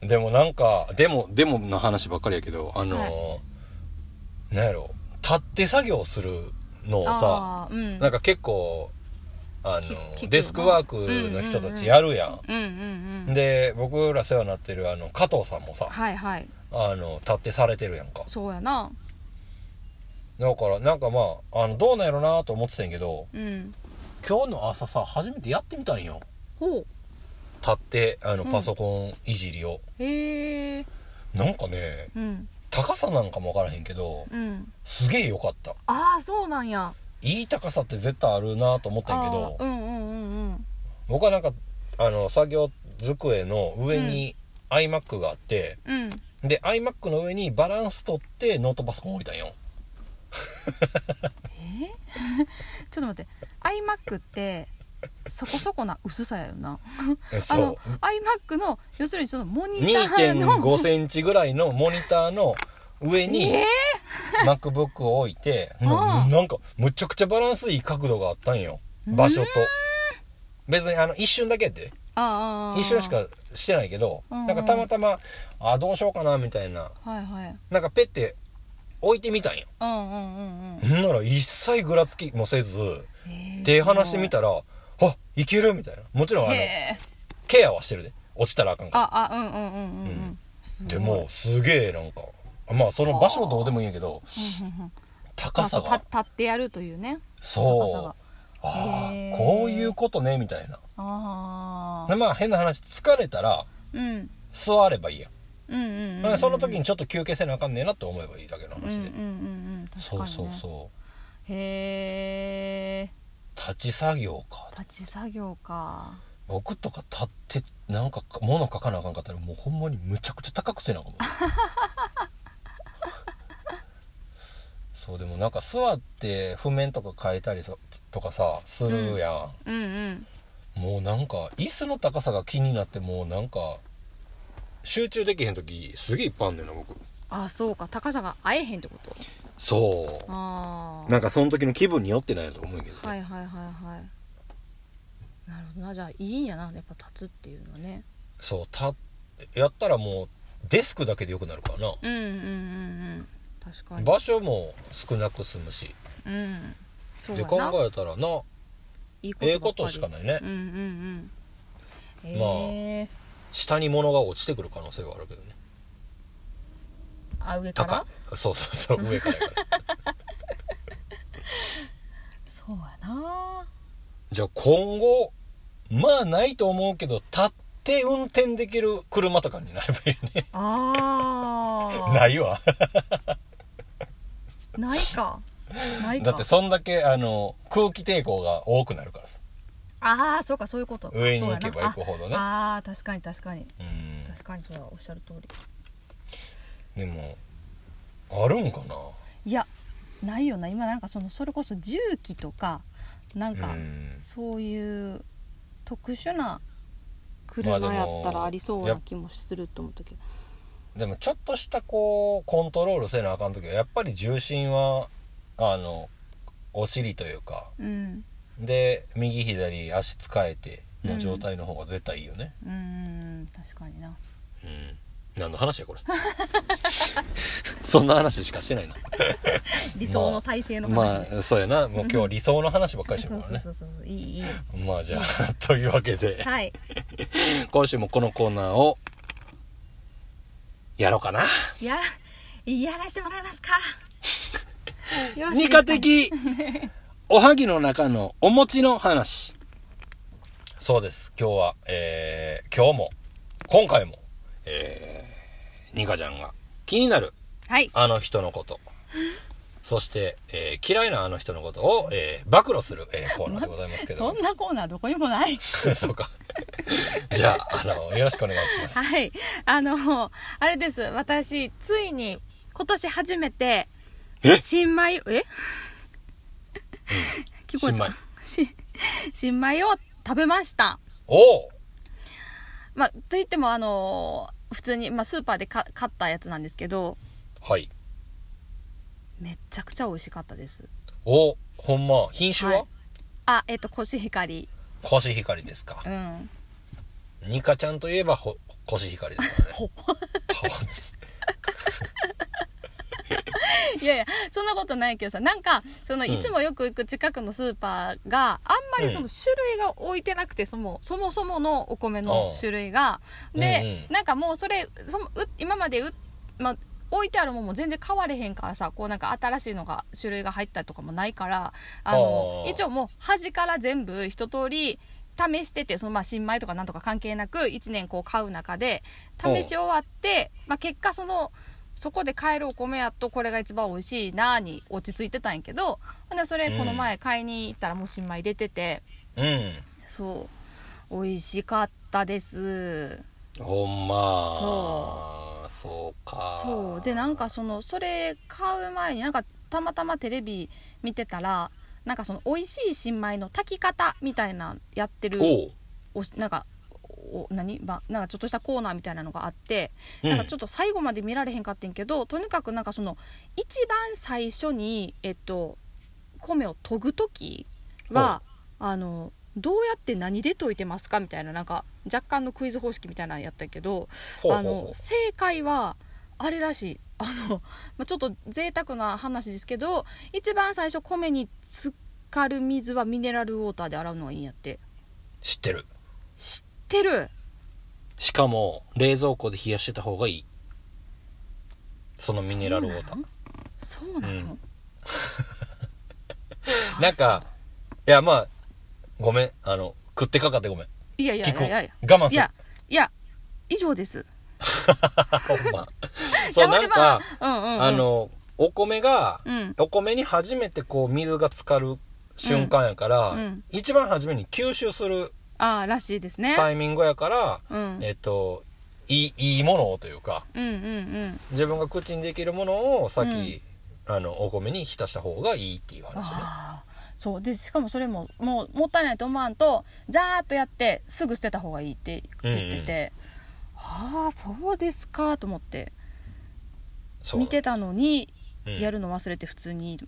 Speaker 1: でもなんかでもでもの話ばっかりやけどあのー、
Speaker 2: は
Speaker 1: なんやろ立って作業するのをさ
Speaker 2: あーうん
Speaker 1: なんか結構あ
Speaker 2: き聞く
Speaker 1: の
Speaker 2: よな
Speaker 1: デスクワークの人たちやるやん,、
Speaker 2: うんうんうん
Speaker 1: で僕ら世話になってるあの加藤さんもさ
Speaker 2: はいはい
Speaker 1: あの立ってされてるやんか
Speaker 2: そうやな
Speaker 1: だからなんかまああのどうなんやろなと思ってたんやけど
Speaker 2: うん
Speaker 1: 今日の朝さ初めてやってみたんよ
Speaker 2: ほう
Speaker 1: 立ってあの
Speaker 2: うん
Speaker 1: パソコンいじりを、
Speaker 2: へえ
Speaker 1: なんかね
Speaker 2: うん
Speaker 1: 高さなんかも分からへんけど
Speaker 2: うん
Speaker 1: すげえ良かった
Speaker 2: ああそうなんや
Speaker 1: いい高さって絶対あるなと思ったんやけど
Speaker 2: あーうんうんうんうん
Speaker 1: 僕はなんかあの作業机の上に iMac があって、
Speaker 2: うん
Speaker 1: で iMac の上にバランス取ってノートパソコン置いたんよ
Speaker 2: えちょっと待って iMac ってそこそこな薄さやよな
Speaker 1: え
Speaker 2: あの
Speaker 1: そ
Speaker 2: iMac の要するにそのモ
Speaker 1: う
Speaker 2: ニターの
Speaker 1: 2.5センチぐらいのモニターの上に
Speaker 2: え
Speaker 1: MacBook を置いて、
Speaker 2: ん
Speaker 1: もうなんかむちゃくちゃバランスいい角度があったんよ場所と別にあの一瞬だけやって
Speaker 2: あーあーあー
Speaker 1: 一瞬しかしてないけど
Speaker 2: うんうん
Speaker 1: なんかたまたまあどうしようかなみたいな
Speaker 2: はいはい
Speaker 1: なんかペッて置いてみたんよ
Speaker 2: うんうんうんうん
Speaker 1: ほんなら一切ぐらつきもせず
Speaker 2: えー
Speaker 1: 手離してみたらあいけるみたいなもちろんあの
Speaker 2: へえ
Speaker 1: ケアはしてるで落ちたらあかんから
Speaker 2: ああうんうんうんうん
Speaker 1: う
Speaker 2: う
Speaker 1: ん
Speaker 2: んすごい
Speaker 1: でもすげえなんかまあその場所どうでもいいんやけど
Speaker 2: うんうんうん
Speaker 1: 高さ
Speaker 2: まあ
Speaker 1: が
Speaker 2: そうた立ってやるというね高さ
Speaker 1: そう
Speaker 2: が
Speaker 1: あ
Speaker 2: へ
Speaker 1: あ
Speaker 2: ー
Speaker 1: こういうことねみたいな
Speaker 2: あ
Speaker 1: で
Speaker 2: あ
Speaker 1: まあ変な話疲れたら
Speaker 2: うん
Speaker 1: 座ればいいやん
Speaker 2: うんうんうんうん
Speaker 1: まあその時にちょっと休憩せなあかんねえなって思えばいいだけの
Speaker 2: うんうん
Speaker 1: 話
Speaker 2: うん
Speaker 1: で
Speaker 2: うん確か
Speaker 1: そう
Speaker 2: にね
Speaker 1: そうそう
Speaker 2: へえ
Speaker 1: 立ち作業か
Speaker 2: 立ち作業か
Speaker 1: 僕とか立ってなんか物書かなあかんかったらもうほんまにむちゃくちゃ高くてなんかもうそうでもなんか座って譜面とか変えたりそとかさするやん、
Speaker 2: うんうん
Speaker 1: もうなんか椅子の高さが気になってもうなんか集中できへん時すげえいっぱいあんねんな僕
Speaker 2: あそうか高さが合えへんってこと
Speaker 1: そう
Speaker 2: ああ
Speaker 1: なんかその時の気分によってないなと思うんやけど、
Speaker 2: はいはいはいはいなるほどなじゃあいいんやなやっぱ立つっていうのはね
Speaker 1: そうたやったらもうデスクだけでよくなるからな、
Speaker 2: うんうんうんうん確かに
Speaker 1: 場所も少なく済むし
Speaker 2: うんそう
Speaker 1: で
Speaker 2: や
Speaker 1: 考
Speaker 2: ない
Speaker 1: えたらない
Speaker 2: こ
Speaker 1: ええ
Speaker 2: ば
Speaker 1: こ
Speaker 2: っか
Speaker 1: と
Speaker 2: り
Speaker 1: しかないね、
Speaker 2: うんうんうん
Speaker 1: まあ
Speaker 2: え
Speaker 1: 下に物が落ちてくる可能性はあるけどね
Speaker 2: ー、あ上か
Speaker 1: 高
Speaker 2: ら
Speaker 1: いそうそうそう上からやから <laughs>
Speaker 2: そうや
Speaker 1: <laughs>
Speaker 2: な
Speaker 1: じゃあ今後まあないと思うけど立って運転できる車とかになればいいね
Speaker 2: あー
Speaker 1: ないわ
Speaker 2: ないかない
Speaker 1: だ
Speaker 2: か
Speaker 1: ってそんだけあの空気抵抗が多くなるからさ
Speaker 2: ああそうかそういうこと
Speaker 1: 上に行けば行くほど
Speaker 2: そうや
Speaker 1: ね
Speaker 2: なああー確かに確かに
Speaker 1: うん
Speaker 2: 確かにそうやおっしゃる通
Speaker 1: で
Speaker 2: り
Speaker 1: もあるんかない
Speaker 2: やないよな今なんかそのそれこそ重機とかなんか
Speaker 1: うん
Speaker 2: そういう特殊な車
Speaker 1: まあで
Speaker 2: や
Speaker 1: も
Speaker 2: ったらありそうな
Speaker 1: や
Speaker 2: 気もすると思ったけど
Speaker 1: でもちょっとしたこうコントロールせなあかん時はやっぱり重心はあのお尻というか
Speaker 2: うん
Speaker 1: で右左足使えての状態の方が絶対いいよね、
Speaker 2: うーん確かにな
Speaker 1: うん何の話やこれ <laughs> そんな話しかしてないな
Speaker 2: 理想の体勢の話
Speaker 1: ま
Speaker 2: です、
Speaker 1: あそうやなもう今日理想の話ばっかりして
Speaker 2: そ
Speaker 1: る
Speaker 2: う
Speaker 1: から
Speaker 2: そう
Speaker 1: ね
Speaker 2: そうそういいいい
Speaker 1: まあじゃあ <laughs> というわけで
Speaker 2: はい
Speaker 1: 今週もこのコーナーをやろうかな
Speaker 2: ややらしてもらえますかよろし
Speaker 1: <laughs>
Speaker 2: い
Speaker 1: 二
Speaker 2: ですか
Speaker 1: 課的おはぎの中のお餅の話そうです今日はえー、今日も今回もえー、ニカちゃんが気になる
Speaker 2: はい
Speaker 1: あの人のことそして、えー嫌いなあの人のことを、えー暴露する、えーコーナーでございますけど
Speaker 2: そんなコーナーどこにもない
Speaker 1: <laughs> そうかじゃああのよろしくお願いします
Speaker 2: はいあのあれです私ついに今年初めて
Speaker 1: え
Speaker 2: 新米え聞こえた新米新米を食べました
Speaker 1: おお
Speaker 2: まあといってもあの普通に、まあ、スーパーでか買ったやつなんですけど
Speaker 1: はい
Speaker 2: めちゃくちゃ美味しかったです
Speaker 1: おほんま品種は、
Speaker 2: はいあえっ、とコシヒカリ
Speaker 1: コシヒカリですか
Speaker 2: うん
Speaker 1: ニカちゃんといえばほコシヒカリですからね
Speaker 2: ほ
Speaker 1: ほ
Speaker 2: いやいやそんなことないけどさなんかその
Speaker 1: うん
Speaker 2: いつもよく行く近くのスーパーがあんまりそうの種類が置いてなくてそもそもそものお米の種類が
Speaker 1: うん
Speaker 2: で、
Speaker 1: うんうん
Speaker 2: なんかもうそれそのう今までう、まあ置いてあるもんも全然買われへんからさこうなんか新しいのが種類が入ったりとかもないからあの
Speaker 1: あー
Speaker 2: 一応もう端から全部一通り試しててそのまあ新米とかなんとか関係なく1年こう買う中で試し終わって、まあ、結果そのそこで買えるお米やっとこれが一番美味しいなーに落ち着いてたんやけどほんでそれこの前買いに行ったらもう新米出てて、
Speaker 1: うん
Speaker 2: そう美味しかったです
Speaker 1: ほんま
Speaker 2: そ
Speaker 1: そうか
Speaker 2: そうでなんかそのそれ買う前になんかたまたまテレビ見てたらなんかその美味しい新米の炊き方みたいなやってる
Speaker 1: おう、
Speaker 2: おしなんかお何ばなんかちょっとしたコーナーみたいなのがあって、
Speaker 1: うん、
Speaker 2: なんかちょっと最後まで見られへんかってんけどとにかくなんかその一番最初にえっと米を研ぐ時はあのどうやって何で研いてますかみたいななんか若干のクイズ方式みたいなのやったけど
Speaker 1: ほうほう
Speaker 2: あの正解はあれらしいあの、まあ、ちょっと贅沢な話ですけど一番最初米に浸かる水はミネラルウォーターで洗うのがいいんやって
Speaker 1: 知ってる
Speaker 2: 知ってる
Speaker 1: しかも冷蔵庫で冷やしてた方がいいそのミネラルウォーター
Speaker 2: そうなのそうな <laughs>
Speaker 1: う
Speaker 2: の、
Speaker 1: ん
Speaker 2: あ
Speaker 1: なんか
Speaker 2: そう
Speaker 1: いやまあごめんあの食ってかかってごめん
Speaker 2: いやいや
Speaker 1: 聞
Speaker 2: い
Speaker 1: こう
Speaker 2: やいやいや
Speaker 1: 我慢
Speaker 2: い
Speaker 1: する
Speaker 2: やいや以上です
Speaker 1: <laughs> ほんま <laughs> そう
Speaker 2: いや
Speaker 1: なんか、
Speaker 2: ほでまあうんうんうん
Speaker 1: あのお米が
Speaker 2: うん
Speaker 1: お米に初めてこう水が浸かる瞬間やから、
Speaker 2: うんうん
Speaker 1: 一番初めに吸収する
Speaker 2: ああらしいですね
Speaker 1: タイミングやから、
Speaker 2: うん
Speaker 1: えっといいいいものをというか
Speaker 2: うんうんうん
Speaker 1: 自分が口にできるものを先、あのお米に浸した方がいいっていう話ね
Speaker 2: ああそうでしかもそれももうもったいないと思わんとザーッとやってすぐ捨てた方がいいって言ってて、ああそうですかと思って
Speaker 1: そう
Speaker 2: 見てたのに
Speaker 1: うん
Speaker 2: やるの忘れて普通に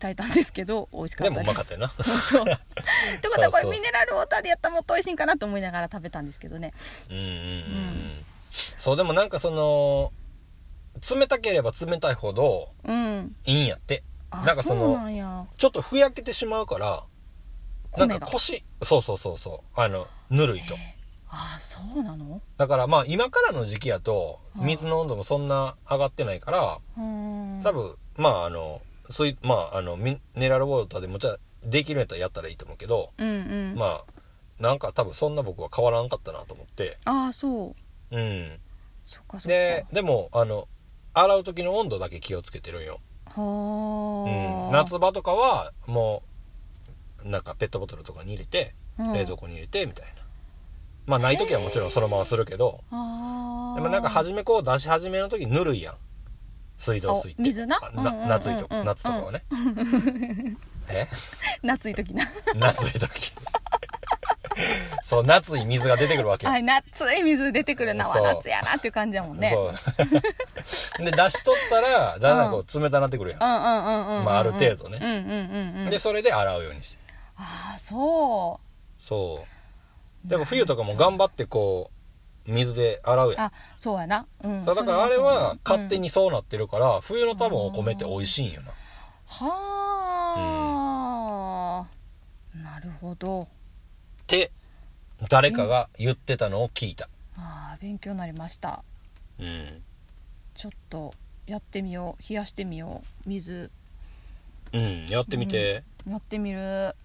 Speaker 2: 炊いたんですけど、美味しかっ
Speaker 1: で
Speaker 2: たです
Speaker 1: もうまかったよな
Speaker 2: そうってことはこ
Speaker 1: そうそうそう
Speaker 2: れミネラルウォーターでやったらもっと美味しいんかなと思いながら食べたんですけどね
Speaker 1: うんうんうん
Speaker 2: ん
Speaker 1: そうでもなんかその冷たければ冷たいほど
Speaker 2: うん
Speaker 1: いいんやって
Speaker 2: あ
Speaker 1: なんかその
Speaker 2: うなんや
Speaker 1: ちょっとふやけてしまうからな
Speaker 2: 米
Speaker 1: ん
Speaker 2: が
Speaker 1: か腰そうそうそうそうあのぬるいと
Speaker 2: ああそうなの
Speaker 1: だからまあ今からの時期やと
Speaker 2: あー
Speaker 1: 水の温度もそんな上がってないから
Speaker 2: うーん
Speaker 1: 多分まああの水まああのミネラルウォーターでもちろんできるんやったらやったらいいと思うけど
Speaker 2: うんうん、
Speaker 1: まあなんか多分そんな僕は変わらんかったなと思って
Speaker 2: ああそう
Speaker 1: うん
Speaker 2: そっかそっか
Speaker 1: ででもあの洗う時の温度だけ気をつけてるんよ、
Speaker 2: は
Speaker 1: うん、
Speaker 2: あ、
Speaker 1: 夏場とかはもうなんかペットボトルとかに入れて
Speaker 2: うん
Speaker 1: 冷蔵庫に入れてみたいな、まあない時はもちろんそのままするけど
Speaker 2: あー
Speaker 1: でもなんか初めこう出し始めの時ぬるいやん水道水って
Speaker 2: あ水な
Speaker 1: あ
Speaker 2: うんうんうんうん
Speaker 1: 夏いと夏とかはねえ <laughs>
Speaker 2: 夏い時な
Speaker 1: 夏い時そう夏い水が出てくるわけよ
Speaker 2: はい夏い水出てくるな
Speaker 1: そう
Speaker 2: わ夏やなっていう感じやもんね
Speaker 1: そう <laughs> で出しとったらだんだんこう冷たなってくるやん
Speaker 2: う、んうんうんうんうんうん
Speaker 1: まあある程度ね
Speaker 2: うんうんうんうん
Speaker 1: でそれで洗うようにして
Speaker 2: ああそ
Speaker 1: そうでも冬とかも頑張ってこう水で洗う
Speaker 2: う
Speaker 1: やん
Speaker 2: あそうやなうん
Speaker 1: そうだからあれは勝手
Speaker 2: に
Speaker 1: にそうなってるから、冬の多分お米って美味しいんよな
Speaker 2: はあなるほど
Speaker 1: って誰かが言ってたのを聞いた
Speaker 2: あー勉強になりました
Speaker 1: うん
Speaker 2: ちょっとやってみよう冷やしてみよう水
Speaker 1: うんやってみて、
Speaker 2: やってみる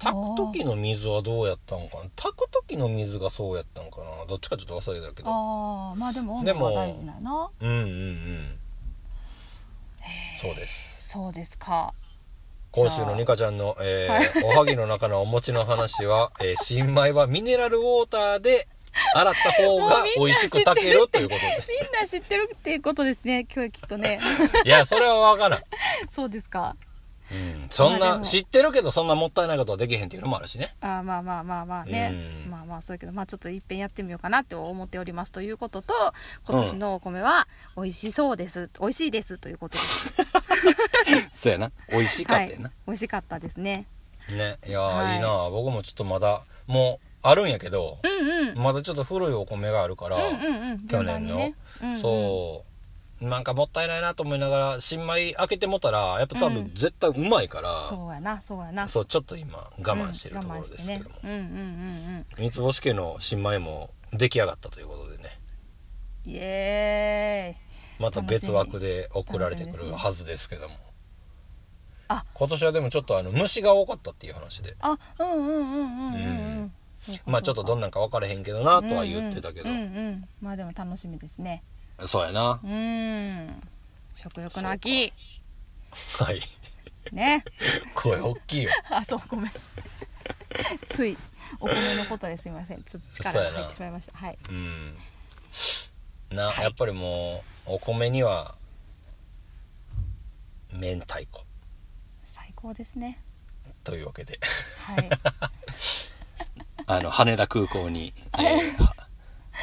Speaker 1: 炊く時の水はどうやったんかな炊く時の水がそうやったんかなどっちかちょっと忘れたけど
Speaker 2: ああまあでも温
Speaker 1: で
Speaker 2: 度
Speaker 1: も
Speaker 2: が大事だよな
Speaker 1: うんうんうんそうです
Speaker 2: そうですか
Speaker 1: 今週のニカちゃんの、えー
Speaker 2: は
Speaker 1: おはぎの中のお餅の話は、えー新米はミネラルウォーターで洗った方が美味しく炊けるということで
Speaker 2: みんな知ってるっていうことですね今日きっとね <laughs>
Speaker 1: いやそれは分からん、
Speaker 2: そうですか
Speaker 1: うん、そん
Speaker 2: まあで
Speaker 1: な
Speaker 2: も
Speaker 1: 知ってるけどそんなもったいないことはできへんっていうのもあるしね
Speaker 2: あーまあまあまあまあね
Speaker 1: うん
Speaker 2: まあまあそうやけどまあちょっといっぺんやってみようかなって思っておりますということと今年のお米は美味しそうです、美味しいですということです
Speaker 1: そうやな美味しかったよな、
Speaker 2: 美味しかったですね
Speaker 1: ねいやー、
Speaker 2: はい
Speaker 1: い、いな僕もちょっとまだもうあるんやけど
Speaker 2: う、んうん
Speaker 1: まだちょっと古いお米があるから、
Speaker 2: うんうんうん
Speaker 1: 去
Speaker 2: 順番
Speaker 1: 年
Speaker 2: に
Speaker 1: の、
Speaker 2: ねうんうん
Speaker 1: そうなんかもったいないなと思いながら新米開けてもったらやっぱ多
Speaker 2: うん
Speaker 1: 分絶対うまいから、
Speaker 2: そうやなそうやな
Speaker 1: そうちょっと今我慢してるところですけ
Speaker 2: うん
Speaker 1: ど
Speaker 2: 我
Speaker 1: も
Speaker 2: 慢してね、うんうんうんうん
Speaker 1: 三つ星家の新米も出来上がったということでね
Speaker 2: イエーイ
Speaker 1: また別枠で送られてくるはずですけども、
Speaker 2: あ
Speaker 1: 今年はでもちょっとあの虫が多かったっていう話で
Speaker 2: あうんうんうんうんうんう
Speaker 1: うん
Speaker 2: んそうか
Speaker 1: まあちょっとどん
Speaker 2: な
Speaker 1: なんか分からへんけどなとは言ってたけど、
Speaker 2: うんうんうんうんまあでも楽しみですね
Speaker 1: そうやな、
Speaker 2: うん食欲の秋
Speaker 1: はい
Speaker 2: ね <laughs>
Speaker 1: 声大きいよ
Speaker 2: あそうごめん <laughs> ついお米のことですいませんちょっと力が入ってしまいましたはい
Speaker 1: うんな、
Speaker 2: はい
Speaker 1: やっぱりもうお米には明太子
Speaker 2: 最高ですね
Speaker 1: というわけで <laughs>
Speaker 2: はい
Speaker 1: あの羽田空港
Speaker 2: <laughs>
Speaker 1: に、えー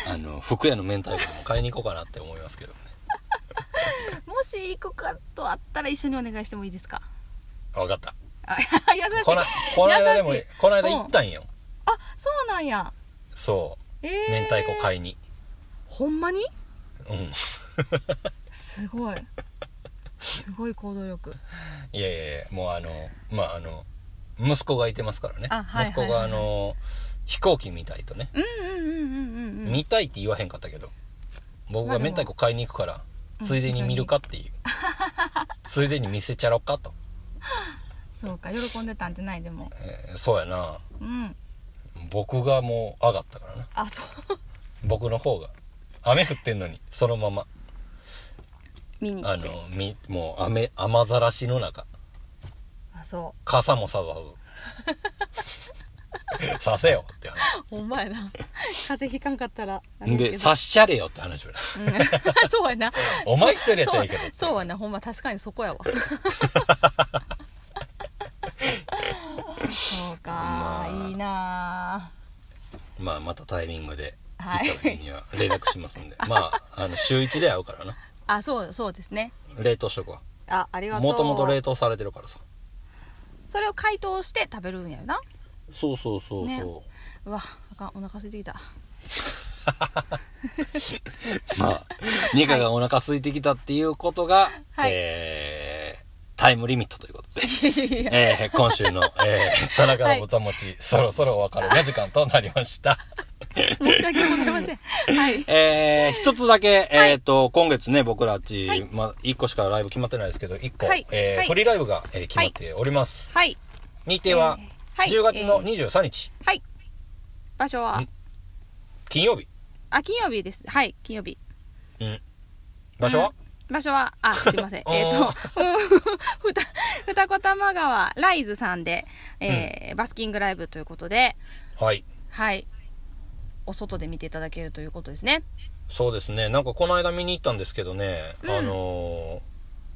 Speaker 1: あの福屋の明太子も買いに行こうかなって思いますけどね
Speaker 2: もし行くかとあったら一緒にお願いしてもいいですか
Speaker 1: 分かった
Speaker 2: あ優しい
Speaker 1: こなこの間でも
Speaker 2: 優しい
Speaker 1: この間行ったんよ、
Speaker 2: あそうなんや
Speaker 1: そ
Speaker 2: え
Speaker 1: う
Speaker 2: ー、
Speaker 1: 明太子買いに、
Speaker 2: ほんまに
Speaker 1: うん
Speaker 2: すごいすごい行動力
Speaker 1: いやいやいやもうあのまああの息子がいてますからね、
Speaker 2: あはい
Speaker 1: 息子があの飛行機見たいとね、
Speaker 2: うんうんうんうんうんうん
Speaker 1: 見たいって言わへんかったけど僕
Speaker 2: まあ
Speaker 1: が
Speaker 2: でも
Speaker 1: 明太子買いに行くから、
Speaker 2: うん
Speaker 1: ついでに見るかっていうついでに見せちゃろかと、
Speaker 2: そうか喜んでたんじゃないでも
Speaker 1: えーそうやな
Speaker 2: うん
Speaker 1: 僕がもう上がったからな
Speaker 2: あそう
Speaker 1: 僕の方が雨降ってんのにそのまま
Speaker 2: 見に行
Speaker 1: あ
Speaker 2: って
Speaker 1: のみもう雨雨ざらしの中
Speaker 2: あそ
Speaker 1: 傘もささず <laughs> させよって話
Speaker 2: うほんまやな風邪ひかんかったらあれやけど
Speaker 1: で、察しちゃれよって話をな。
Speaker 2: うん <laughs> そうやな
Speaker 1: お前一人やったらいいけど
Speaker 2: そうそうやなほんま確かにそ
Speaker 1: <laughs>
Speaker 2: こやわそうか、
Speaker 1: まあ
Speaker 2: いいな
Speaker 1: まあ、またタイミングで、
Speaker 2: あ
Speaker 1: 行っ
Speaker 2: は
Speaker 1: た時
Speaker 2: い
Speaker 1: には連絡しますんで。まあ、あの、週一で会うからな。
Speaker 2: あそうそうですね
Speaker 1: 冷凍しとくわ。
Speaker 2: あありがとう
Speaker 1: もともと冷凍されてるからさ。
Speaker 2: それを解凍して食べるんやよな
Speaker 1: そうそうそうそう。
Speaker 2: ねうわあかんお腹空いてきた <laughs>
Speaker 1: まあ、ニカがお腹空いてきたっていうことが、
Speaker 2: はい
Speaker 1: えー、タイムリミットということで。
Speaker 2: いやいやいや
Speaker 1: えー、今週の、えー、田中のぼたもち、そろそろお別れの時間となりました。
Speaker 2: 申し訳ございませんはい
Speaker 1: えー、一つだけ、
Speaker 2: はい
Speaker 1: えっ、と、今月ね、僕らち、
Speaker 2: はい
Speaker 1: まあ、一個しかライブ決まってないですけど、一個、
Speaker 2: はい
Speaker 1: えー
Speaker 2: はい
Speaker 1: フリーライブが、えー決まっております。
Speaker 2: はい
Speaker 1: 日程は、
Speaker 2: えー
Speaker 1: 10月の
Speaker 2: えー
Speaker 1: 23日、
Speaker 2: はい場所は
Speaker 1: ん金曜日。
Speaker 2: あ金曜日ですはい金曜日
Speaker 1: うん。場所は、
Speaker 2: 場所はあすいません
Speaker 1: <laughs> おー
Speaker 2: えっと <laughs> うんふたふたこ玉川ライズさんで、えーバスキングライブということで
Speaker 1: はい。
Speaker 2: はいお外で見ていただけるということですね
Speaker 1: そうですね。なんかこの間見に行ったんですけどね、
Speaker 2: うん
Speaker 1: あの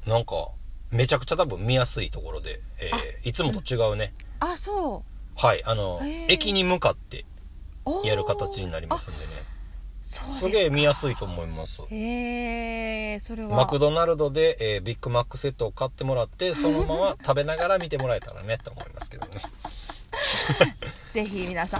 Speaker 1: ーなんか、めちゃくちゃ多分見やすいところで、えーいつもと違うね。
Speaker 2: あそ
Speaker 1: はい。あの、
Speaker 2: へー
Speaker 1: 駅に向かって
Speaker 2: うおー
Speaker 1: やる形になりますんでね。
Speaker 2: そうです
Speaker 1: すげえ見やすいと思います。
Speaker 2: えー、それは
Speaker 1: マクドナルドで、えービッグマックセットを買ってもらってそのまま食べながら見てもらえたらねと思いますけどね <laughs>
Speaker 2: ぜひ皆さ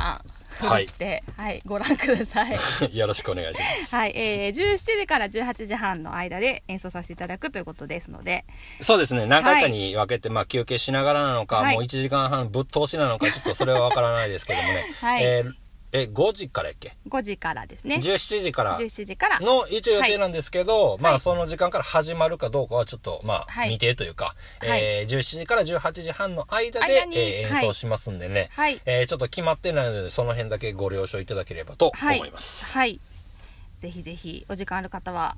Speaker 2: ん、
Speaker 1: は
Speaker 2: はいい、って、はい、ご覧ください。
Speaker 1: よろしくお願いします
Speaker 2: <laughs> はい、えー、17時から18時半の間で演奏させていただくということですので、
Speaker 1: そうですね何回かに分けて、まあ、休憩しながらなのか、
Speaker 2: はい
Speaker 1: もう1時間半ぶっ通しなのかちょっとそれは分からないですけどもね、
Speaker 2: <laughs> はい
Speaker 1: えーえ5時からやっけ、
Speaker 2: 5時からですね、
Speaker 1: 17時から
Speaker 2: 17時から、
Speaker 1: の一応予定なんですけど、ま
Speaker 2: は
Speaker 1: あ
Speaker 2: い
Speaker 1: その時間から始まるかどうかはちょっとまあ
Speaker 2: はい
Speaker 1: 未定というか、
Speaker 2: はい
Speaker 1: えー17時から18時半の間で
Speaker 2: 間に
Speaker 1: えー
Speaker 2: は
Speaker 1: 演
Speaker 2: い
Speaker 1: 奏しますんでね、
Speaker 2: はい
Speaker 1: えーちょっと決まってないのでその辺だけご了承いただければと
Speaker 2: は
Speaker 1: 思
Speaker 2: い
Speaker 1: います。
Speaker 2: はい、ぜひぜひお時間ある方は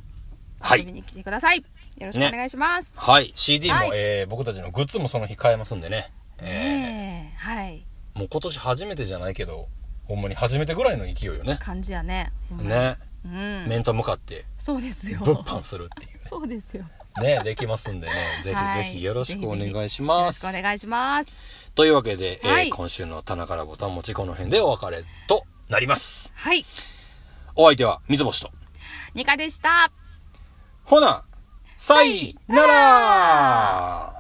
Speaker 1: はい
Speaker 2: 遊びに来てください。よろしくお願いします。
Speaker 1: はい、CD も、
Speaker 2: はい
Speaker 1: えー僕たちのグッズもその日買えますんでね、え
Speaker 2: ねえはい、
Speaker 1: ーもう今年初めてじゃないけどほんまに初めてぐらいの勢いよね。
Speaker 2: 感じやね。ほんまに
Speaker 1: ね、
Speaker 2: うん、
Speaker 1: 面と向かって
Speaker 2: そうですよ。
Speaker 1: 物販するっていう
Speaker 2: そうですよ。よ
Speaker 1: ねできますんでねぜひぜ
Speaker 2: は
Speaker 1: ひ
Speaker 2: い
Speaker 1: よろしくお願いし
Speaker 2: ろ
Speaker 1: ま
Speaker 2: し
Speaker 1: す。
Speaker 2: くお願いします。
Speaker 1: というわけで、えー
Speaker 2: はい
Speaker 1: 今週の棚からボタン持ちこの辺でお別れとなります。
Speaker 2: はい、
Speaker 1: お相手は水星と。
Speaker 2: ニカでした。
Speaker 1: ほな、さいなら